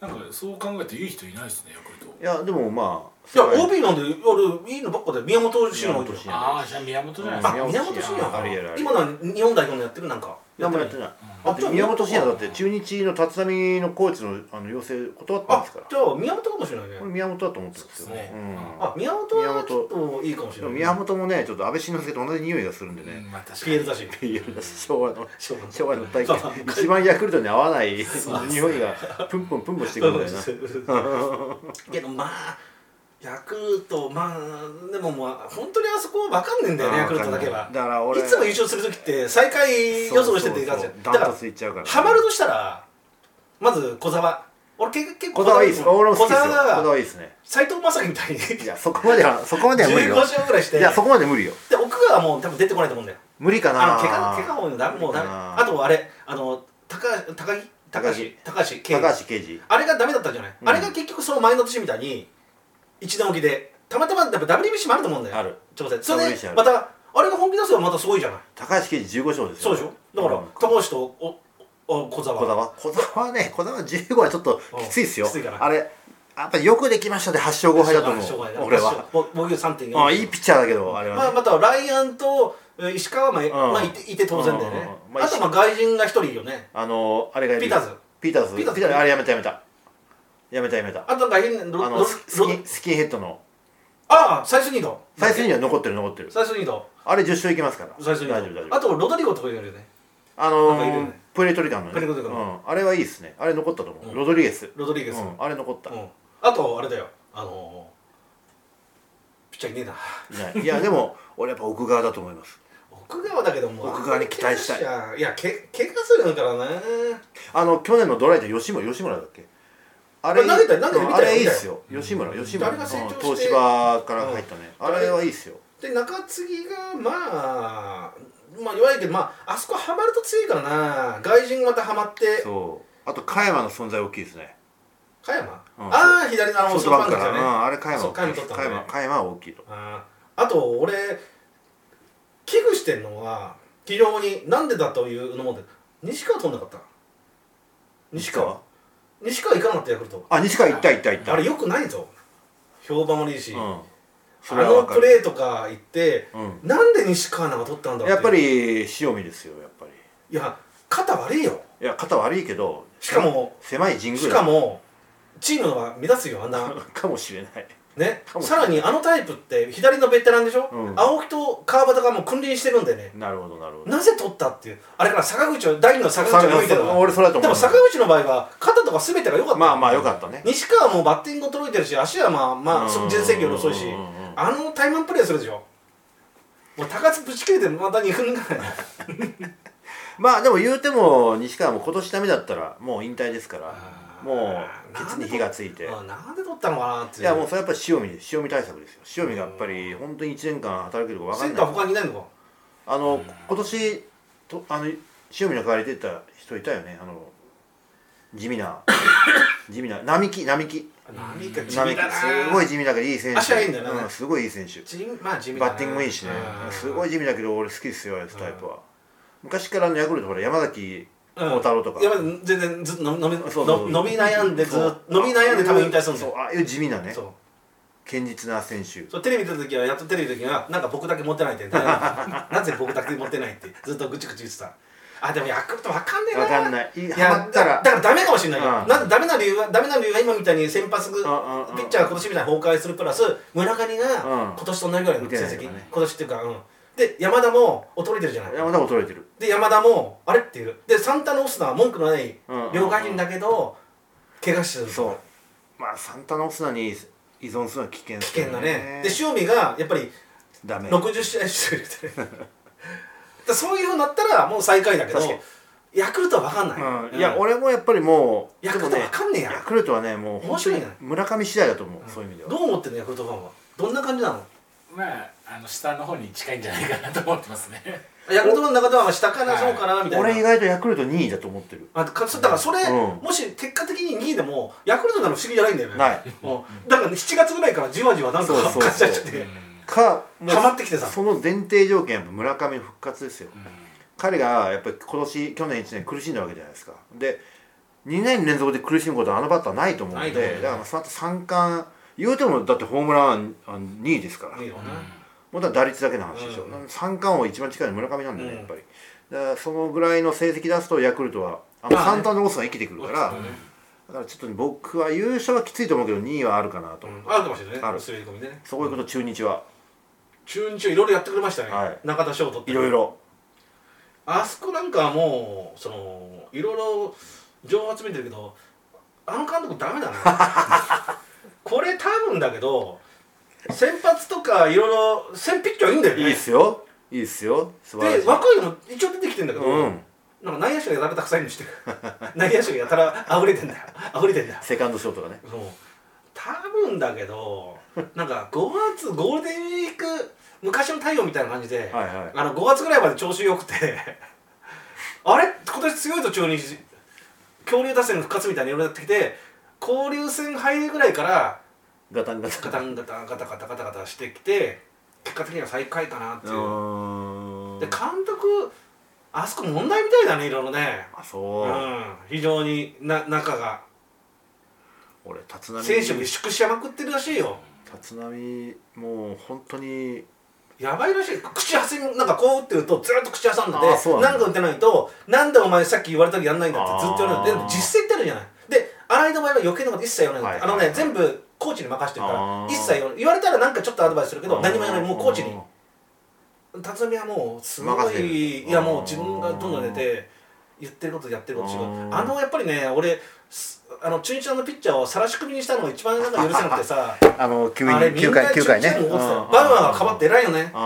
Speaker 4: なんかそう考えていい人いないですねヤクルト
Speaker 1: いやでもまあ
Speaker 2: ーいや OB なんで俺いいのばっかで宮本慎
Speaker 1: 宮
Speaker 2: 吾
Speaker 1: 本慎吾
Speaker 4: ああじゃあ宮本じゃないです
Speaker 2: あ
Speaker 4: か、
Speaker 1: うん
Speaker 2: 宮本慎吾
Speaker 1: あ
Speaker 2: か
Speaker 1: りえるありえる
Speaker 2: 今のは日本代表のやってるなんか
Speaker 1: 何もやってないだって宮本慎也だって中日の立浪のコーチのあの要請断ったん
Speaker 2: あ
Speaker 1: ですから
Speaker 2: じゃあ宮本かもしれないね
Speaker 1: これ宮本だと思ってたんですよ
Speaker 4: そうですね
Speaker 1: うん
Speaker 4: あ
Speaker 2: あ宮本はちょっといいかもし
Speaker 1: で
Speaker 2: れ
Speaker 1: も
Speaker 2: ない
Speaker 1: 宮本もねちょっと安倍晋之助と同じ匂いがするんで
Speaker 4: う
Speaker 1: ね
Speaker 4: んまあ確かに
Speaker 2: PL だし
Speaker 1: PL だし [laughs] 昭和の
Speaker 2: そうなんだ
Speaker 1: 昭和の大会一番ヤクルトに合わない匂いがプンプンプンプンしてくるんだよな
Speaker 2: けどまあヤクルトまあでもまあ本当にあそこは分かんねえんだよね
Speaker 1: あー
Speaker 2: ヤクルトだけは
Speaker 1: 分かんないだから俺
Speaker 2: いつも優勝する時って最下位予想してていかんじゃんだか
Speaker 1: ダン
Speaker 2: ら
Speaker 1: トツいっちゃうから
Speaker 2: ハマるとしたらまず小沢俺結結構
Speaker 1: 小沢いいっす俺も好
Speaker 2: 小
Speaker 1: きですよ
Speaker 2: 沢
Speaker 1: 小沢
Speaker 2: が
Speaker 1: いいっすね
Speaker 2: 斎藤正樹みたいに
Speaker 1: いやそこまで
Speaker 2: [laughs]
Speaker 1: はそこまでは無理
Speaker 2: 15
Speaker 1: よ
Speaker 2: 勝ぐらいして
Speaker 1: いやそこまで無理よ
Speaker 2: で奥川も多分出てこないと思うんだよ
Speaker 1: 無理かな
Speaker 2: あの怪我怪我多いのダメもうダメ
Speaker 1: 無理かな
Speaker 2: あとあれあの高橋高木高橋高橋圭
Speaker 1: 高橋奎二
Speaker 2: あれがダメだったんじゃない、
Speaker 1: うん
Speaker 2: あれが結局その前の年みたいに一年おきでたまたまやっぱ WBC もあると思うんだよ
Speaker 1: ある
Speaker 2: 挑戦それで
Speaker 1: WBC ある
Speaker 2: またあれが本気出せばまたすごいじゃない
Speaker 1: 高橋奎二15勝です
Speaker 2: そ
Speaker 1: よ
Speaker 2: うでしょだから、
Speaker 1: うん
Speaker 2: 高橋とおお小沢
Speaker 1: 小沢小沢はね小沢15はちょっときついっすよ
Speaker 2: うんきついかな
Speaker 1: あれやっぱよくできましたで8勝5敗だと
Speaker 2: 障害
Speaker 1: 思
Speaker 2: だ
Speaker 1: う俺は
Speaker 2: もう防御3.4
Speaker 1: あいいピッチャーだけどあれ
Speaker 2: まあ、
Speaker 1: はね
Speaker 2: またライアンとえー石川はまあ、
Speaker 1: ん
Speaker 2: まあ、いていて当然だよね、
Speaker 1: うんまあ
Speaker 2: あとまあ外人が一人いるよね
Speaker 1: あのあれがいる
Speaker 2: ピターズ
Speaker 1: ピターズ
Speaker 2: ピターズ
Speaker 1: ピターズあれやめたやめたやめたやめた
Speaker 2: あとなんか変な
Speaker 1: あ
Speaker 2: ロ
Speaker 1: の
Speaker 2: ロ
Speaker 1: ススキ
Speaker 2: ロ
Speaker 1: ンスキンヘッドの
Speaker 2: ああ最初ニード
Speaker 1: 最初には残ってる残ってる
Speaker 2: 最初ニード
Speaker 1: あれ10勝いけますから
Speaker 2: 最初ニ
Speaker 1: 大
Speaker 2: ー
Speaker 1: 丈夫
Speaker 2: ド
Speaker 1: 大丈
Speaker 2: あ
Speaker 1: 夫
Speaker 2: とロドリゴとかいるよね
Speaker 1: あ
Speaker 2: なんかいるよ
Speaker 1: のー
Speaker 2: ね
Speaker 1: プエルトリカンのね
Speaker 2: プエルトリカン
Speaker 1: うんあれはいいっすねあれ残ったと思
Speaker 2: うん
Speaker 1: うロドリゲス
Speaker 2: ロドリゲス、
Speaker 1: うんあれ残った
Speaker 2: うん、あとあれだよあのー、ピッチャーいねえない
Speaker 1: ないいやでも俺やっぱ奥側だと思います
Speaker 2: 奥川だけども
Speaker 1: 奥川に期待したい
Speaker 2: いいやけ怪我するからね
Speaker 1: あの去年のドライで吉村吉村だっけあれ
Speaker 2: 投げた投げてみたよ
Speaker 1: あれいいっすよ吉村吉村
Speaker 2: あれが成長して
Speaker 1: 東芝から入ったね
Speaker 2: うん
Speaker 1: あれはいいっすよ
Speaker 2: で中継ぎがまあまあ弱いけどまああそこはまると強いからな外人がまたはまって
Speaker 1: そうあと加山の存在大きいですね
Speaker 2: 加山、
Speaker 1: うん
Speaker 2: ああ左のあ
Speaker 1: ソ
Speaker 2: の
Speaker 1: フトバンクから、
Speaker 2: ソフト
Speaker 1: う
Speaker 2: バン
Speaker 1: ん、あれ加山
Speaker 2: そう
Speaker 1: 大きい
Speaker 2: 加山取った
Speaker 1: 加
Speaker 2: のね
Speaker 1: 山加山は大きいと
Speaker 2: クですよねあーあと俺危惧してんのは非常になんでだというのも西川取んなかった西川西川行かなかったヤクルト
Speaker 1: あ西川行った行った行った
Speaker 2: あれよくないぞ評判もいいし、
Speaker 1: うんそ
Speaker 2: あ
Speaker 1: れは
Speaker 2: の
Speaker 1: 分か
Speaker 2: プ
Speaker 1: る
Speaker 2: レーとか行って
Speaker 1: うん
Speaker 2: なんで西川なんか取ったんだろう
Speaker 1: やっぱ
Speaker 2: り
Speaker 1: り塩見ですよやっぱり
Speaker 2: いや肩悪いよ
Speaker 1: いや肩悪いけど
Speaker 2: しかも
Speaker 1: 狭い神宮だ
Speaker 2: しかもチームは乱すよあん
Speaker 1: [laughs]
Speaker 2: な
Speaker 1: かもしれない
Speaker 2: ね
Speaker 1: かもしれ
Speaker 2: さ
Speaker 1: ない
Speaker 2: らにあのタイプって左のベテランでしょ、
Speaker 1: うん
Speaker 2: 青木と川端がもう君臨してるんでね
Speaker 1: なるほどなるほど
Speaker 2: なぜ取ったっていうあれから坂口を第二の坂口を抜いてる
Speaker 1: さ俺それだと思う
Speaker 2: でも坂口の場合は肩とか全てが良かった
Speaker 1: まあまあよかったね
Speaker 2: 西川もバッティング届いてるし足はまあまあ
Speaker 1: うん
Speaker 2: 全盛期より遅いし
Speaker 1: うんうんうん
Speaker 2: あのタイマンプレーするでしょもう高津ぶち切れてまた2分ぐらい
Speaker 1: まあでも言うても西川も今年ダメだったらもう引退ですから
Speaker 2: あー
Speaker 1: もう [laughs] ケツに火がついて
Speaker 2: あなんで取ったのかなって
Speaker 1: い
Speaker 2: い
Speaker 1: やもうそれやっぱり塩見です塩見対策ですよ塩見がやっぱり本当に1年間働けるか分か
Speaker 2: セ
Speaker 1: ん
Speaker 2: ン
Speaker 1: な
Speaker 2: タ
Speaker 1: い
Speaker 2: ー他にいないのか
Speaker 1: あの今年とあの塩見の代わり出た人いたよねあの地味
Speaker 2: [laughs]
Speaker 1: な地味な並木並木
Speaker 2: 何か地
Speaker 1: 並
Speaker 2: 味
Speaker 1: 木
Speaker 2: だな
Speaker 1: すごい地味だけどいい選手
Speaker 2: 足はいいんだよね
Speaker 1: うすごいいい選手
Speaker 2: 地まあ地味だな
Speaker 1: バッティングもいいしね
Speaker 2: うん
Speaker 1: すごい地味だけど俺好きですよああいうタイプは昔からあのヤクルトほら山崎
Speaker 2: うん
Speaker 1: 幸太郎とか
Speaker 2: やっぱり全然ずっとののの
Speaker 1: そうそう
Speaker 2: 伸び悩んでずっ
Speaker 1: そう
Speaker 2: 伸び悩んで多分引退するんです
Speaker 1: そう
Speaker 2: よ
Speaker 1: ああいう地味なね
Speaker 2: そう
Speaker 1: 堅実な選手
Speaker 2: そうテレビ出た時はやっとテレビ出た時はなんか僕だけ持っ
Speaker 1: [laughs]
Speaker 2: てないってなぜ僕だけ持ってないってずっとぐちぐち言ってたあでもヤクルトわかんねえな
Speaker 1: わかんないい
Speaker 2: や
Speaker 1: ハマったら
Speaker 2: だからダメかもしれないけど
Speaker 1: うん
Speaker 2: なんでダメな理由はダメな理由は今みたいに先発ピ
Speaker 1: んうんうん
Speaker 2: ッチャーが今年みたいに崩壊するプラス村
Speaker 1: う
Speaker 2: 上
Speaker 1: ん
Speaker 2: が今年と同じぐらいの成
Speaker 1: 打てない
Speaker 2: 績、
Speaker 1: とかね
Speaker 2: 今年っていうかうんで山田も衰えてるじゃない
Speaker 1: 山田も取れてる
Speaker 2: で山田もあれっていうでサンタのオスナは文句のない
Speaker 1: うん
Speaker 2: 両外人だけど怪我してる
Speaker 1: そうまあサンタナオスナに依存するのは危険危
Speaker 2: 危険だねで塩見がやっぱり
Speaker 1: ダメ
Speaker 2: 60試合出塁してる [laughs] だからそういうふうになったらもう最下位だけど
Speaker 1: 確か
Speaker 2: ヤクルトは分かんない、
Speaker 1: うんいや俺もやっぱりもう
Speaker 2: ヤクルト
Speaker 1: でも
Speaker 2: わかんねえや
Speaker 1: ヤクルトはねもう
Speaker 2: 面
Speaker 1: 本当
Speaker 2: 白い
Speaker 1: に
Speaker 2: な
Speaker 1: 村上次第だと思うそういう意味で
Speaker 2: ど
Speaker 1: は
Speaker 2: う思ってるのヤクルトファンはどんな感じなの
Speaker 4: まああの下の方に近いんじゃないかなと思ってますね
Speaker 2: ヤクルトファンの中では下かな
Speaker 4: はい
Speaker 2: そうかなみたいな
Speaker 1: 俺意外とヤクルト2位だと思ってる
Speaker 2: あかそだからそれ、
Speaker 1: うん
Speaker 2: もし結果的に2位でもヤクルトなら不思議じゃないんだよね
Speaker 1: ない
Speaker 2: もうだから7月ぐらいからじわじわなんか
Speaker 1: そうそうそう
Speaker 2: 勝ち出して
Speaker 4: うん
Speaker 1: かもう
Speaker 2: ハマってきてさ
Speaker 1: その前提条件は村上復活ですよ彼がやっぱり今年去年1年苦しんだわけじゃないですかで2年連続で苦しむことはあのバッターはないと思うの
Speaker 2: な
Speaker 1: で
Speaker 2: いと思うね
Speaker 1: だからまあその後三冠言うてもだってホームラン2位ですから
Speaker 2: いいよな、
Speaker 1: もうだから打率だけの話でしょ、
Speaker 2: うん
Speaker 1: なん、三冠王一番近いの村上なんだよね、
Speaker 2: うん
Speaker 1: やっぱりだからそのぐらいの成績出すとヤクルトはあの
Speaker 2: まあね
Speaker 1: 三冠のオスが生きてくるから、
Speaker 2: うん
Speaker 1: だからちょっと僕は優勝はきついと思うけど2位はあるかなと、
Speaker 2: うんあるかもしれないね
Speaker 1: ある
Speaker 2: 滑り込みでね
Speaker 1: そういうこと中日は
Speaker 2: 中日はいろいろやってくれましたね、
Speaker 1: はい
Speaker 2: 中田翔取って
Speaker 1: いろいろ
Speaker 2: あそこなんかはもうそのいろいろ情報集めてるけどあの監督ダメだな
Speaker 1: [laughs]
Speaker 2: これ多分だけど先発とかいろいろ先ピッチャーいいんだよ
Speaker 1: い
Speaker 2: ね
Speaker 1: いっすよいいっすよ素晴らし
Speaker 2: で
Speaker 1: い
Speaker 2: 若いのも一応出てきてんだけど、
Speaker 1: うん
Speaker 2: なんか内野手がやたらたくさんいるのしてる内野手がやたらあふれてんだよあふれてんだよ
Speaker 1: セカンドショートがね
Speaker 2: そう多分だ
Speaker 1: [laughs]
Speaker 2: けどなんか5月ゴールデンウィーク昔の太陽みたいな感じで、
Speaker 1: はいはい
Speaker 2: あの5月ぐらいまで調子良くてあれ今年強いと中日恐竜打線復活みたいにいろいろやってきて交流戦入るぐらいから
Speaker 1: ガタンガタ
Speaker 2: ガ
Speaker 1: ン
Speaker 2: タンガタンガタガタガタガタしてきて結果的には最下位かなって
Speaker 1: う
Speaker 2: いう、
Speaker 1: ーん
Speaker 2: で監督あそこ問題みたいだねいろいろね
Speaker 1: あ
Speaker 2: う
Speaker 1: そう、
Speaker 2: ん非常にな仲が
Speaker 1: 俺立浪
Speaker 2: 選手を萎縮しまくってるらしいよ
Speaker 1: 立浪もう本当に
Speaker 2: やばいらしい口挟みなんかこう打ってるとずっと口挟んで
Speaker 1: あーそう
Speaker 2: て
Speaker 1: なんだ
Speaker 2: なんか打てないと「なんでお前さっき言われた時やんないんだ」ってずっと言われる
Speaker 1: あー
Speaker 2: で実際言ってるじゃないで新井の場合は余計なこと一切言わない、
Speaker 1: はいはい
Speaker 2: あのね全部コーチに任してるか
Speaker 1: あ
Speaker 2: ら
Speaker 1: ー
Speaker 2: 一切言わない言われたらなんかちょっとアドバイスするけど何も言わないもうコーチに
Speaker 1: あ
Speaker 2: 辰巳はもうす
Speaker 1: 任
Speaker 2: ご
Speaker 1: せる
Speaker 2: いいやもう自分がどんどん出て言ってることやってること違う
Speaker 1: うん
Speaker 2: あのやっぱりね俺すあの中日のピッチャーをさらし首にしたのが一番なんか許せなく
Speaker 1: [laughs]
Speaker 2: てさ
Speaker 1: あの9
Speaker 2: あれみんな中日でも怒ってたよバウアーがかばって偉いよね
Speaker 1: あ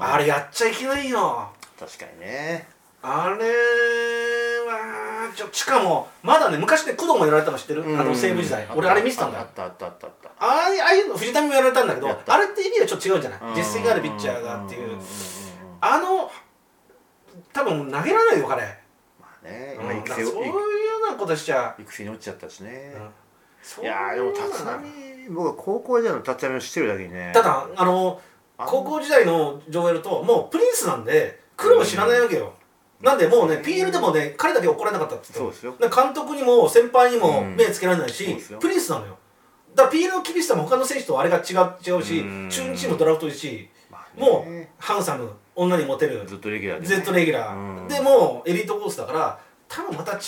Speaker 1: あああ
Speaker 2: あれやっちゃいけないよ
Speaker 1: 確かにね
Speaker 2: あれはちょしかもまだね昔ね工藤もやられたの知ってる、あの西武時代俺あれ見てたんだ
Speaker 1: あ
Speaker 2: よ
Speaker 1: ったあったあったあった
Speaker 2: ああああいうの藤浪もやられたんだけど
Speaker 1: やった
Speaker 2: あれって意味はちょっと違うじゃない
Speaker 1: うん
Speaker 2: 実績があるピッチャーがってい
Speaker 1: んんん
Speaker 2: うん
Speaker 1: ん
Speaker 2: あの多分投げられないよ彼、
Speaker 1: まあね
Speaker 2: う
Speaker 1: 今
Speaker 2: んだ
Speaker 1: 育
Speaker 2: から
Speaker 1: 成
Speaker 2: そうい
Speaker 1: を
Speaker 2: うようなことしちゃ、
Speaker 1: 育成に落ちちゃったしね、
Speaker 2: うん
Speaker 1: いやーでも立浪僕は高校時代の立浪を知ってるだけにね
Speaker 2: ただあの
Speaker 1: あん
Speaker 2: 高校時代の上映るともうプリンスなんで苦労知らないわけよ、なんでもうね PL でもね彼だけ怒られなかったって言
Speaker 1: そう
Speaker 2: って
Speaker 1: ですよ
Speaker 2: た監督にも先輩にも
Speaker 1: うん
Speaker 2: 目つけられないし、
Speaker 1: そうですよ
Speaker 2: プリンスなのよだから PL の厳しさも他の選手とあれが違う違うし、
Speaker 1: うん
Speaker 2: 中日もドラフトいいし
Speaker 1: まあね
Speaker 2: もうハンサム女にモテる
Speaker 1: ずっとレギュラーで、
Speaker 2: Z レギュラー、
Speaker 1: うん
Speaker 2: でもうエリートコースだから多分また違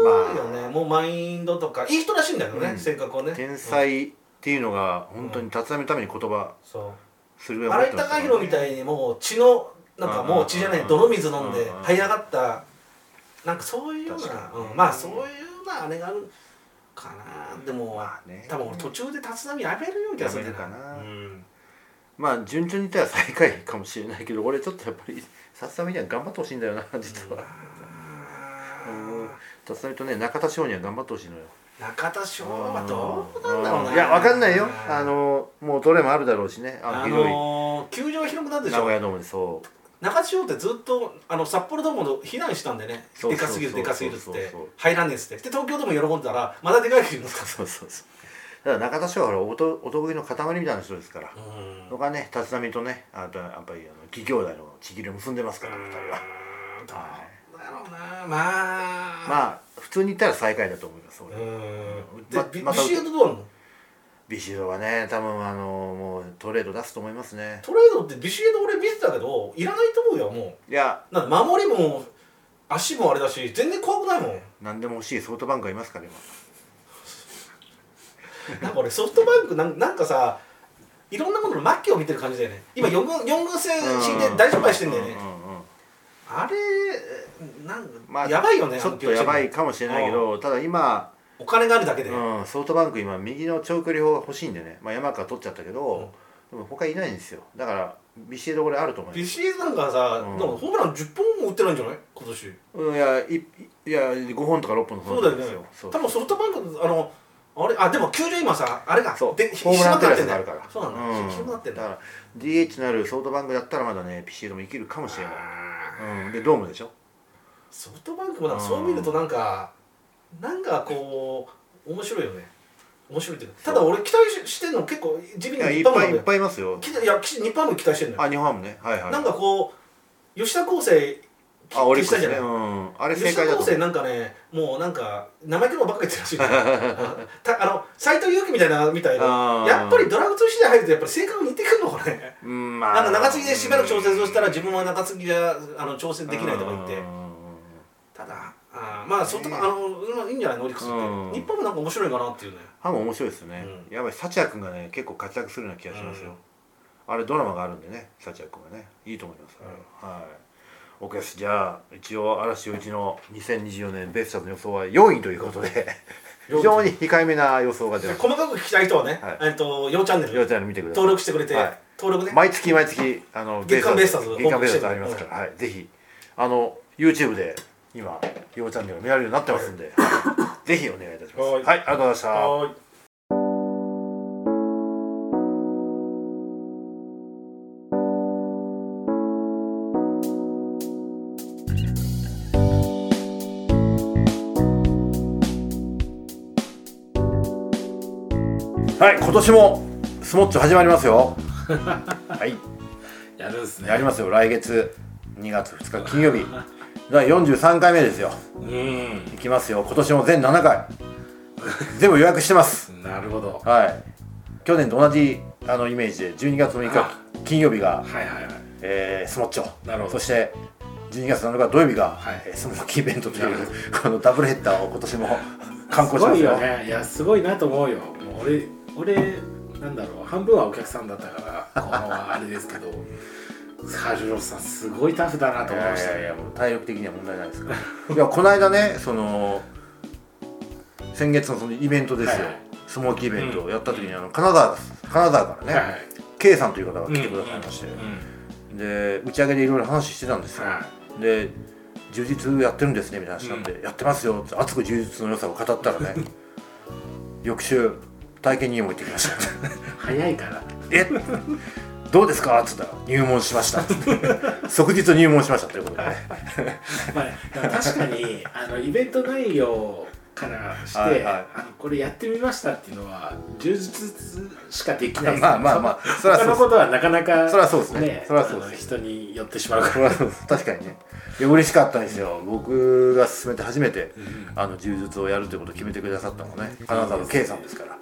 Speaker 2: うよね、
Speaker 1: まあ
Speaker 2: もうマインドとかいい人らしいんだけどね、
Speaker 1: うん
Speaker 2: 性格はね
Speaker 1: 天
Speaker 2: うん
Speaker 1: 才っていうのが本当に立浪のために言葉
Speaker 2: そう
Speaker 1: するぐらい
Speaker 2: 荒
Speaker 1: 持
Speaker 2: 井
Speaker 1: ってます
Speaker 2: 貴
Speaker 1: からね
Speaker 2: 弘みたいにもう血のなんかもう血じゃない
Speaker 1: うん
Speaker 2: 泥水飲んで
Speaker 1: うん
Speaker 2: 這い上がったなんかそういうよう
Speaker 1: 確
Speaker 2: な、
Speaker 1: かにね
Speaker 2: うんまあそういうようなあれがあるかなでも、
Speaker 1: まあね
Speaker 2: 多分俺途中で立浪やめるような気がするんだよ
Speaker 1: やめるかな
Speaker 2: うん
Speaker 1: まあ順調にいったら最下位かもしれないけど俺ちょっとやっぱり立浪には頑張ってほしいんだよな実はうん立浪とね中田翔には頑張ってほしいのよ
Speaker 2: 中田翔はどうなんだろう
Speaker 1: う
Speaker 2: なん
Speaker 1: いやわかんないよあのもうどれもあるだろうしねあの
Speaker 2: あ
Speaker 1: 広い
Speaker 2: のー球場が広くなるでし
Speaker 1: 名
Speaker 2: ょ
Speaker 1: 古屋ドームでそう
Speaker 2: 中田翔ってずっとあの札幌ドームの避難したんでね
Speaker 1: そう
Speaker 2: で
Speaker 1: そ
Speaker 2: か
Speaker 1: うそう
Speaker 2: すぎるでかすぎるっつっ
Speaker 1: そう
Speaker 2: て
Speaker 1: そうそう
Speaker 2: 入らねえっつってで東京ドーム喜んでたらまたでかい球場になった
Speaker 1: そうそうそうだから中田翔はほらおとお得意の塊みたいな人ですから
Speaker 2: うん
Speaker 1: 僕はね立浪とねあとはやっぱりあの企業大のちぎりを結んでますから二人は
Speaker 2: どうだろうなまああ
Speaker 1: まあ普通に言ったら最下位だと思います
Speaker 2: う
Speaker 1: 俺
Speaker 2: んで
Speaker 1: ま
Speaker 2: ビ
Speaker 1: ま
Speaker 2: ビ
Speaker 1: た
Speaker 2: シエドどうなの
Speaker 1: ビシエドはね多分あのもうトレード出すと思いますね
Speaker 2: トレードってビシエド俺見てたけどいらないと思うよも
Speaker 1: いや
Speaker 2: うなんで守りも足もあれだし全然怖くないもん
Speaker 1: 何でも欲しいソフトバンクがいますから今
Speaker 2: なんか俺ソフトバンクなんなんかさいろんなことの末期を見てる感じだよね今4軍四軍戦死んで大失敗してんだよね
Speaker 1: うんうんうん
Speaker 2: あれなんか、
Speaker 1: まあ
Speaker 2: やばいよね
Speaker 1: ちょっとやばいかもしれないけどただ今、
Speaker 2: お金があるだけで、
Speaker 1: うん、ソフトバンク今右の長距離砲が欲しいんでね、まあ、山川取っちゃったけど、でも他いないんですよだからビシエドこれあると思い
Speaker 2: ビ
Speaker 1: ます
Speaker 2: シエドなんかさ、
Speaker 1: うん
Speaker 2: でもホームラン10本も打ってないんじゃない今年
Speaker 1: うんいやいいや5本とか6本の
Speaker 2: そうだよね
Speaker 1: そう
Speaker 2: 多分ソフトバンクあのあれあでも球場今さあれか
Speaker 1: そう
Speaker 2: で
Speaker 1: ホームランテラス
Speaker 2: ひ
Speaker 1: があ
Speaker 2: し
Speaker 1: る
Speaker 2: く
Speaker 1: から
Speaker 2: そうなんだよ、広くなってん
Speaker 1: だ
Speaker 2: だ
Speaker 1: から DH のあるソフトバンクだったらまだねビシエドも生きるかもしれない、うん、でドームでしょ
Speaker 2: ソフトバンクもなんかそう見るとなんか、なんかこう面白いよね面白いっていうかただ俺期待ししてんの結構地味
Speaker 1: い
Speaker 2: に
Speaker 1: やい
Speaker 2: 日
Speaker 1: っ
Speaker 2: 本ハ
Speaker 1: ぱい
Speaker 2: ム
Speaker 1: いっぱいいますよ
Speaker 2: きいやき日本ハム期待してんのよ
Speaker 1: あ日本ハムねはいはい
Speaker 2: なんかこう吉田康生
Speaker 1: あオリック
Speaker 2: 消
Speaker 1: ス
Speaker 2: し
Speaker 1: ね
Speaker 2: たじゃ
Speaker 1: う
Speaker 2: なん
Speaker 1: あれ正
Speaker 2: 吉田
Speaker 1: 解だ
Speaker 2: 康
Speaker 1: と思う
Speaker 2: 生なんかねもうなんか生意気のばっかり言ってるら
Speaker 1: [laughs]
Speaker 2: しいんだよあたあの斎藤佑樹みたいなみたいな
Speaker 1: あー
Speaker 2: やっぱりドラフト次第入るとやっぱり性格似てくるのこれ
Speaker 1: うんま
Speaker 2: なんか中継ぎでしばらく調節をしたら自分は中継ぎじゃあの調整できないとか言ってただあーまあそっと
Speaker 1: ね
Speaker 2: あのうんいいんじゃないのオリックスって
Speaker 1: うん
Speaker 2: 日本もなんか面白いかなっていうね
Speaker 1: ハム面白いですよね、やっぱりサチア君がね結構活躍するような気がしますよ、あれドラマがあるんでねサチア君がねいいと思います、はい OK ですじゃあ一応嵐陽一の2024年ベストの予想は4位ということで非常に控えめな予想が出ました
Speaker 2: 細かく聞きたい人はね
Speaker 1: はい
Speaker 2: えっと要チャンネ
Speaker 1: 陽
Speaker 2: ル
Speaker 1: ちゃんの見てください
Speaker 2: 登録してくれて
Speaker 1: はい
Speaker 2: 登録ね
Speaker 1: 毎月毎月あの
Speaker 2: 月間ベイスターズ
Speaker 1: 月間ベイスターズありますから、はい、ぜひあの YouTube で今ようチャンネルが見られるようになってますんで、
Speaker 2: [laughs]
Speaker 1: はいぜひお願いいたします。は
Speaker 2: はいい、
Speaker 1: ありがとうございました。
Speaker 2: はーい
Speaker 1: はい、今年もスモッチョ始まりますよ。 [laughs] はい、
Speaker 4: やるんす
Speaker 1: や
Speaker 4: ね
Speaker 1: りますよ。来月2月2日金
Speaker 4: [laughs]
Speaker 1: 曜日、第43回目ですよ。
Speaker 4: うん
Speaker 1: いきますよ。今年も全7回、全部予約してます。
Speaker 4: なるほどは
Speaker 1: はい、去年と同じあのイメージで12月6日金曜日が
Speaker 4: いはいはい
Speaker 1: えー、スモッチ
Speaker 4: なる
Speaker 1: ョ
Speaker 4: ほど
Speaker 1: そして12月7日土曜日が、
Speaker 4: はい
Speaker 1: えースモッキーイベントとい
Speaker 4: な
Speaker 1: う
Speaker 4: るほ
Speaker 1: このダブルヘッダーを今年も観
Speaker 4: す
Speaker 1: 光しま
Speaker 4: ご
Speaker 1: す
Speaker 4: い
Speaker 1: よ
Speaker 4: よねいやすごいなと思うよもう俺俺なんだろう半分はお客さんだったからこのあれですけどカルロスさんすごいタフだなと
Speaker 1: い
Speaker 4: 思い
Speaker 1: や
Speaker 4: ま
Speaker 1: い
Speaker 4: した
Speaker 1: やい
Speaker 4: ね
Speaker 1: やもう体力的には問題ないですから [laughs] いやこの間ねその先月のそのイベントですよ、
Speaker 4: はい
Speaker 1: スモーキーイベントをやった時に、あの金沢金沢からね、
Speaker 4: はいはい
Speaker 1: K さんという方が来てくださいまして、
Speaker 4: うん
Speaker 1: で打ち上げでいろいろ話してたんですよ、
Speaker 4: は
Speaker 1: で充実やってるんですねみたいな話になって、やってますよって熱く充実の良さを語ったら [laughs] ね翌週体験にも行ってきました [laughs]
Speaker 4: い早いから
Speaker 1: えどうですか?」っつったら「入門しま [laughs] した」つって即日入門しましたということで、ね、
Speaker 4: まあね、だから確かにあのイベント内容からして
Speaker 1: はいはい
Speaker 4: あのこれやってみましたっていうのは充実しかできないです
Speaker 1: まあまあまあそりゃ
Speaker 4: 他
Speaker 1: そ
Speaker 4: の
Speaker 1: うで
Speaker 4: ことはなかなか
Speaker 1: そりゃそうですねそりゃそう
Speaker 4: あ
Speaker 1: です
Speaker 4: の人に寄ってしまうか
Speaker 1: すそ
Speaker 4: ら
Speaker 1: りゃそうです [laughs] 確かにねいや嬉しかったんですよ僕が勧めて初めて、あの柔術をやるということを決めてくださったのがね金沢の K さんですから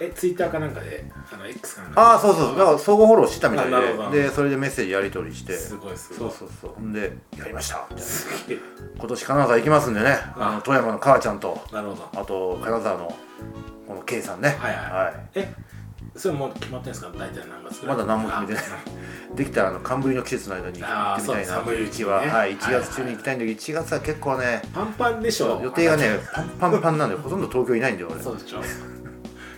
Speaker 4: えツイッターかなんかであの X かなんか
Speaker 1: ああそうそうだから相互フォローしてたみたい
Speaker 4: あなるほど
Speaker 1: ででそれでメッセージやり取りして
Speaker 4: で
Speaker 1: そ
Speaker 4: す
Speaker 1: う
Speaker 4: ごいすごい
Speaker 1: そうそうほんで「やりました」みたいな
Speaker 4: すげえ
Speaker 1: 今年金沢行きますんでねあの富山の母ちゃんと
Speaker 4: なるほど
Speaker 1: あと金沢のこの K さんね
Speaker 4: はいはい
Speaker 1: はい
Speaker 4: えそれもう決まってんですか大体何月ぐらい
Speaker 1: まだ何も決めてないできたらあの寒ぶりの季節の間に行っ
Speaker 4: あー
Speaker 1: てみたいな
Speaker 4: そう寒いうちにね
Speaker 1: は、はい、
Speaker 4: はい
Speaker 1: 1月中に行きたいんだけど1月は結構ね
Speaker 4: パンパンでしょ
Speaker 1: 予定がねパンパンパンなんでほとんど東京いないんだよ俺
Speaker 4: そうでしょ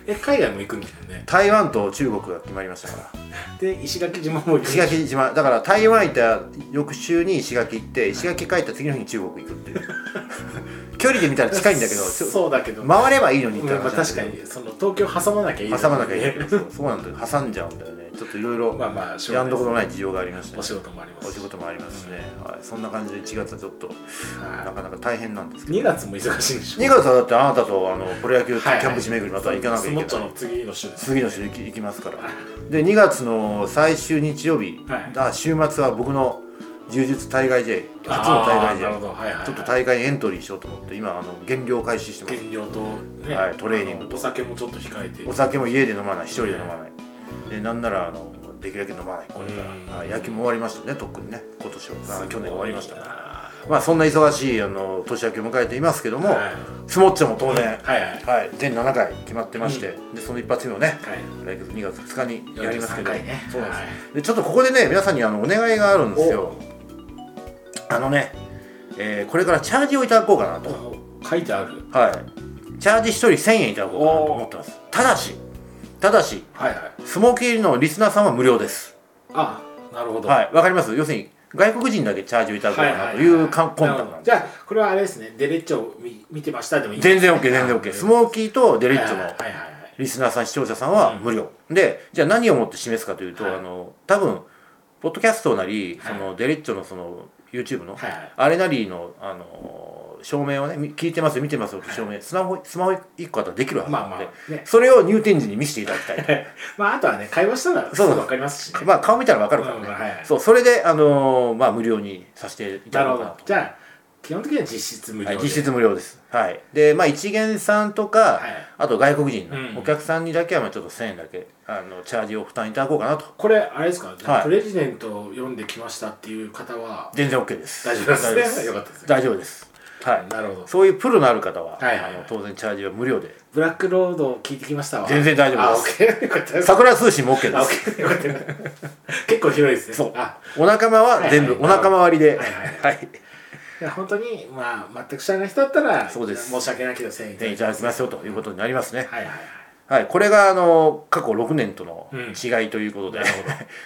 Speaker 4: え海外も行くんだよね
Speaker 1: 台湾と中国が決まりましたから
Speaker 4: で石垣島も行く
Speaker 1: 石垣島だから台湾行った翌週に石垣行って石垣帰った次の日に中国行くっていう [laughs] 距離で見たら近いんだけどちょ
Speaker 4: そうだけど
Speaker 1: 回ればいいのにって
Speaker 4: まあ、
Speaker 1: 話なんだ
Speaker 4: 確か
Speaker 1: け
Speaker 4: にその東京挟まなきゃいい
Speaker 1: ど
Speaker 4: のに
Speaker 1: 挟まなきゃいけないそうそうなんだよ挟んじゃうんだよねちょっといろいろ
Speaker 4: [laughs] まあまあしょうが
Speaker 1: やん
Speaker 4: ない
Speaker 1: ど
Speaker 4: です
Speaker 1: ころない事情がありましたね
Speaker 4: お仕事もありま
Speaker 1: お
Speaker 4: す
Speaker 1: 仕
Speaker 4: し
Speaker 1: 事もありますしね、はい、そんな感じで1月はちょっとな
Speaker 4: は
Speaker 1: かなか大変なんです
Speaker 4: い
Speaker 1: け
Speaker 4: 2月も忙しいんでしょ
Speaker 1: ど2月はだってあなたとあのプロ野球キ
Speaker 4: はいはい
Speaker 1: ャンプ地巡りまた行かなきゃいけない、
Speaker 4: スモッチョの次の週です
Speaker 1: 次の週行き行きますからで2月の最終日曜日、
Speaker 4: はい
Speaker 1: あ週末は僕の柔術対外 J 初の対
Speaker 4: あ
Speaker 1: 外
Speaker 4: ー
Speaker 1: J
Speaker 4: なるほどはいはいはい
Speaker 1: ちょっと大会にエントリーしようと思って今あの減量開始してます
Speaker 4: 減量と、ね
Speaker 1: はいトレーニングと
Speaker 4: あのお酒もちょっと控えて
Speaker 1: お酒も家で飲まない一人で飲まないでなんならあのできるだけ飲まないこれか
Speaker 4: うん
Speaker 1: らはい野球も終わりましたねとっくにね今年はあ去年終わりましたから
Speaker 4: は
Speaker 1: まあそんな忙しいあの年明けを迎えていますけども、
Speaker 4: はい
Speaker 1: スモッチャも当然、
Speaker 4: いはい
Speaker 1: はい、全7回決まってまして、でその一発目をね、
Speaker 4: はい
Speaker 1: 来月2月2日にやりますけど、
Speaker 4: 43回ね
Speaker 1: そうなんです、
Speaker 4: は
Speaker 1: でちょっとここでね皆さんにあのお願いがあるんですよあのね、えーこれからチャージをいただこうかなと、
Speaker 4: 書いてある
Speaker 1: はいチャージ1人1000円いただこうかなと思ってますただしただし
Speaker 4: はいはい
Speaker 1: スモーキーのリスナーさんは無料です
Speaker 4: あなるほど
Speaker 1: はいわかります要するに外国人だけチャージをいただこうかなというかんコンタクトなんです
Speaker 4: じゃあこれはあれですねデレッチョを見見てましたでもいい
Speaker 1: 全然 OK 全然 OK スモーキーとデ
Speaker 4: デ
Speaker 1: レッチョの
Speaker 4: はいはいはい
Speaker 1: リスナーさん視聴者さんは無料、でじゃあ何をもって示すかというと、
Speaker 4: はい
Speaker 1: あの多分ポッドキャストなり、
Speaker 4: はい
Speaker 1: そのデレッチョのその YouTube の、
Speaker 4: はいはい
Speaker 1: あれなりのあの証明をねみ聞いてますよ見てますよって証明、スマホスマホ1個あったらできるはずなので、
Speaker 4: まあまあね
Speaker 1: それを入店時に見せていただきた
Speaker 4: [laughs]
Speaker 1: い
Speaker 4: まああとはね会話したらす
Speaker 1: そう
Speaker 4: ぐ分かりますしね
Speaker 1: まあ顔見たらわかるからね、
Speaker 4: うんはい
Speaker 1: そうそれで、あのーまあ、無料にさせていただ
Speaker 4: なる
Speaker 1: こ
Speaker 4: ほ
Speaker 1: うかな
Speaker 4: ど
Speaker 1: と。
Speaker 4: じゃあ基本的には実質無料
Speaker 1: はい
Speaker 4: で、
Speaker 1: 実質無料です。はい。で、まあ、一元さんとか、
Speaker 4: はい
Speaker 1: あと外国人
Speaker 4: うん
Speaker 1: のお客さんにだけは、まあ、ちょっと1000円だけ、あの、チャージを負担いただこうかなと。
Speaker 4: これあれですか、
Speaker 1: はい
Speaker 4: プレジデントを読んできましたっていう方は
Speaker 1: 全然 OK です。
Speaker 4: 大丈夫ですね
Speaker 1: 大
Speaker 4: よかったです
Speaker 1: 大丈夫です。はい。
Speaker 4: なるほど
Speaker 1: そういうプロのある方は、
Speaker 4: はいはいはい
Speaker 1: あの当然チャージは無料で。
Speaker 4: ブラックロードを聞いてきましたわ
Speaker 1: 全然大丈夫で
Speaker 4: ですあ OK よかったです
Speaker 1: 桜通信も OK
Speaker 4: あ
Speaker 1: です。
Speaker 4: OK よかったよかった結構広いですね
Speaker 1: そう
Speaker 4: あ。
Speaker 1: お仲間は全部、
Speaker 4: はいはい
Speaker 1: お仲間割りで、
Speaker 4: は
Speaker 1: はいい、
Speaker 4: いや本当にまあ全く知らない人だったら
Speaker 1: そうです
Speaker 4: 申し訳ないけど1000円いた
Speaker 1: でい
Speaker 4: だきま
Speaker 1: ただきますよということになりますね
Speaker 4: す。はいはいはい
Speaker 1: はい、これがあの過去6年との
Speaker 4: うん
Speaker 1: 違いということで、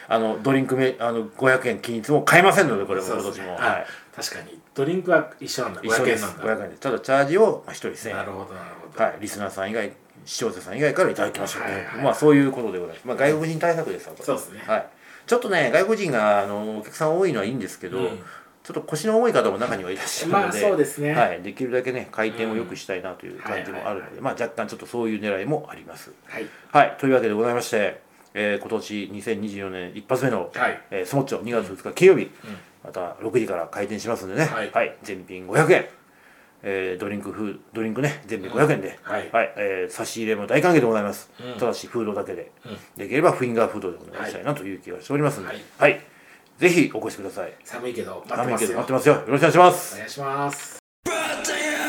Speaker 1: あのドリンクめあの500円均一も買えませんのでこれも今
Speaker 4: そう
Speaker 1: 年
Speaker 4: ですね
Speaker 1: も、
Speaker 4: あ確かにドリンクは一緒なんだ
Speaker 1: 一緒
Speaker 4: 500
Speaker 1: で
Speaker 4: 円
Speaker 1: す
Speaker 4: なんだ
Speaker 1: 500円ですただチャージを1人1000円
Speaker 4: なるほどなるほど
Speaker 1: はい、リスナーさん以外視聴者さん以外からいただきましょうと、
Speaker 4: はいはい
Speaker 1: まあそういうことでございます、まあ、外国人対策ですわこれ
Speaker 4: そうですね
Speaker 1: はい、ちょっとね外国人があのお客さん多いのはいいんですけど、
Speaker 4: うん
Speaker 1: ちょっと腰の重い方も中にはいらっしゃるので,、
Speaker 4: まあそうですね
Speaker 1: はい、できるだけね回転を良くしたいなという感じもあるので、
Speaker 4: うん
Speaker 1: まあ、若干ちょっとそういう狙いもあります。
Speaker 4: はい
Speaker 1: はい、というわけでございまして、えー今年2024年一発目の、
Speaker 4: はい
Speaker 1: えースモッチョ2月2日金曜日、また6時から開店しますんでね、
Speaker 4: はい
Speaker 1: 全品500円、えードリンクフードリンクね全品500円で、
Speaker 4: はい
Speaker 1: えー差し入れも大歓迎でございます、ただしフードだけで、できればフィンガーフードでお願いしたいなという気がしておりますんで、
Speaker 4: は
Speaker 1: はいいぜひお越しください
Speaker 4: 寒いけど待って
Speaker 1: 寒い
Speaker 4: ま
Speaker 1: け
Speaker 4: す
Speaker 1: ど
Speaker 4: よ
Speaker 1: 待ってますよよろしくお願いします
Speaker 4: お願いします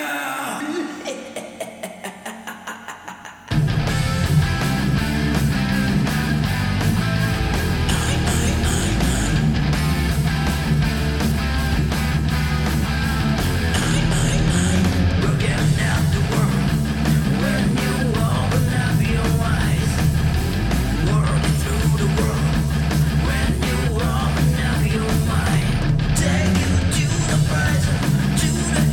Speaker 5: 「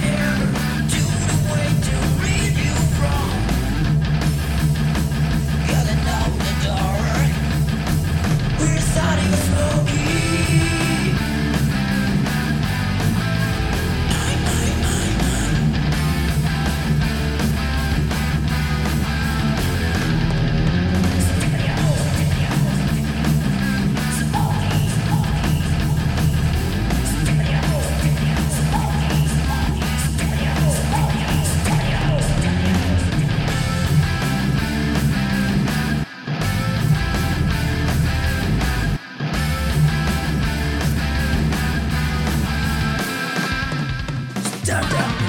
Speaker 6: ダンダン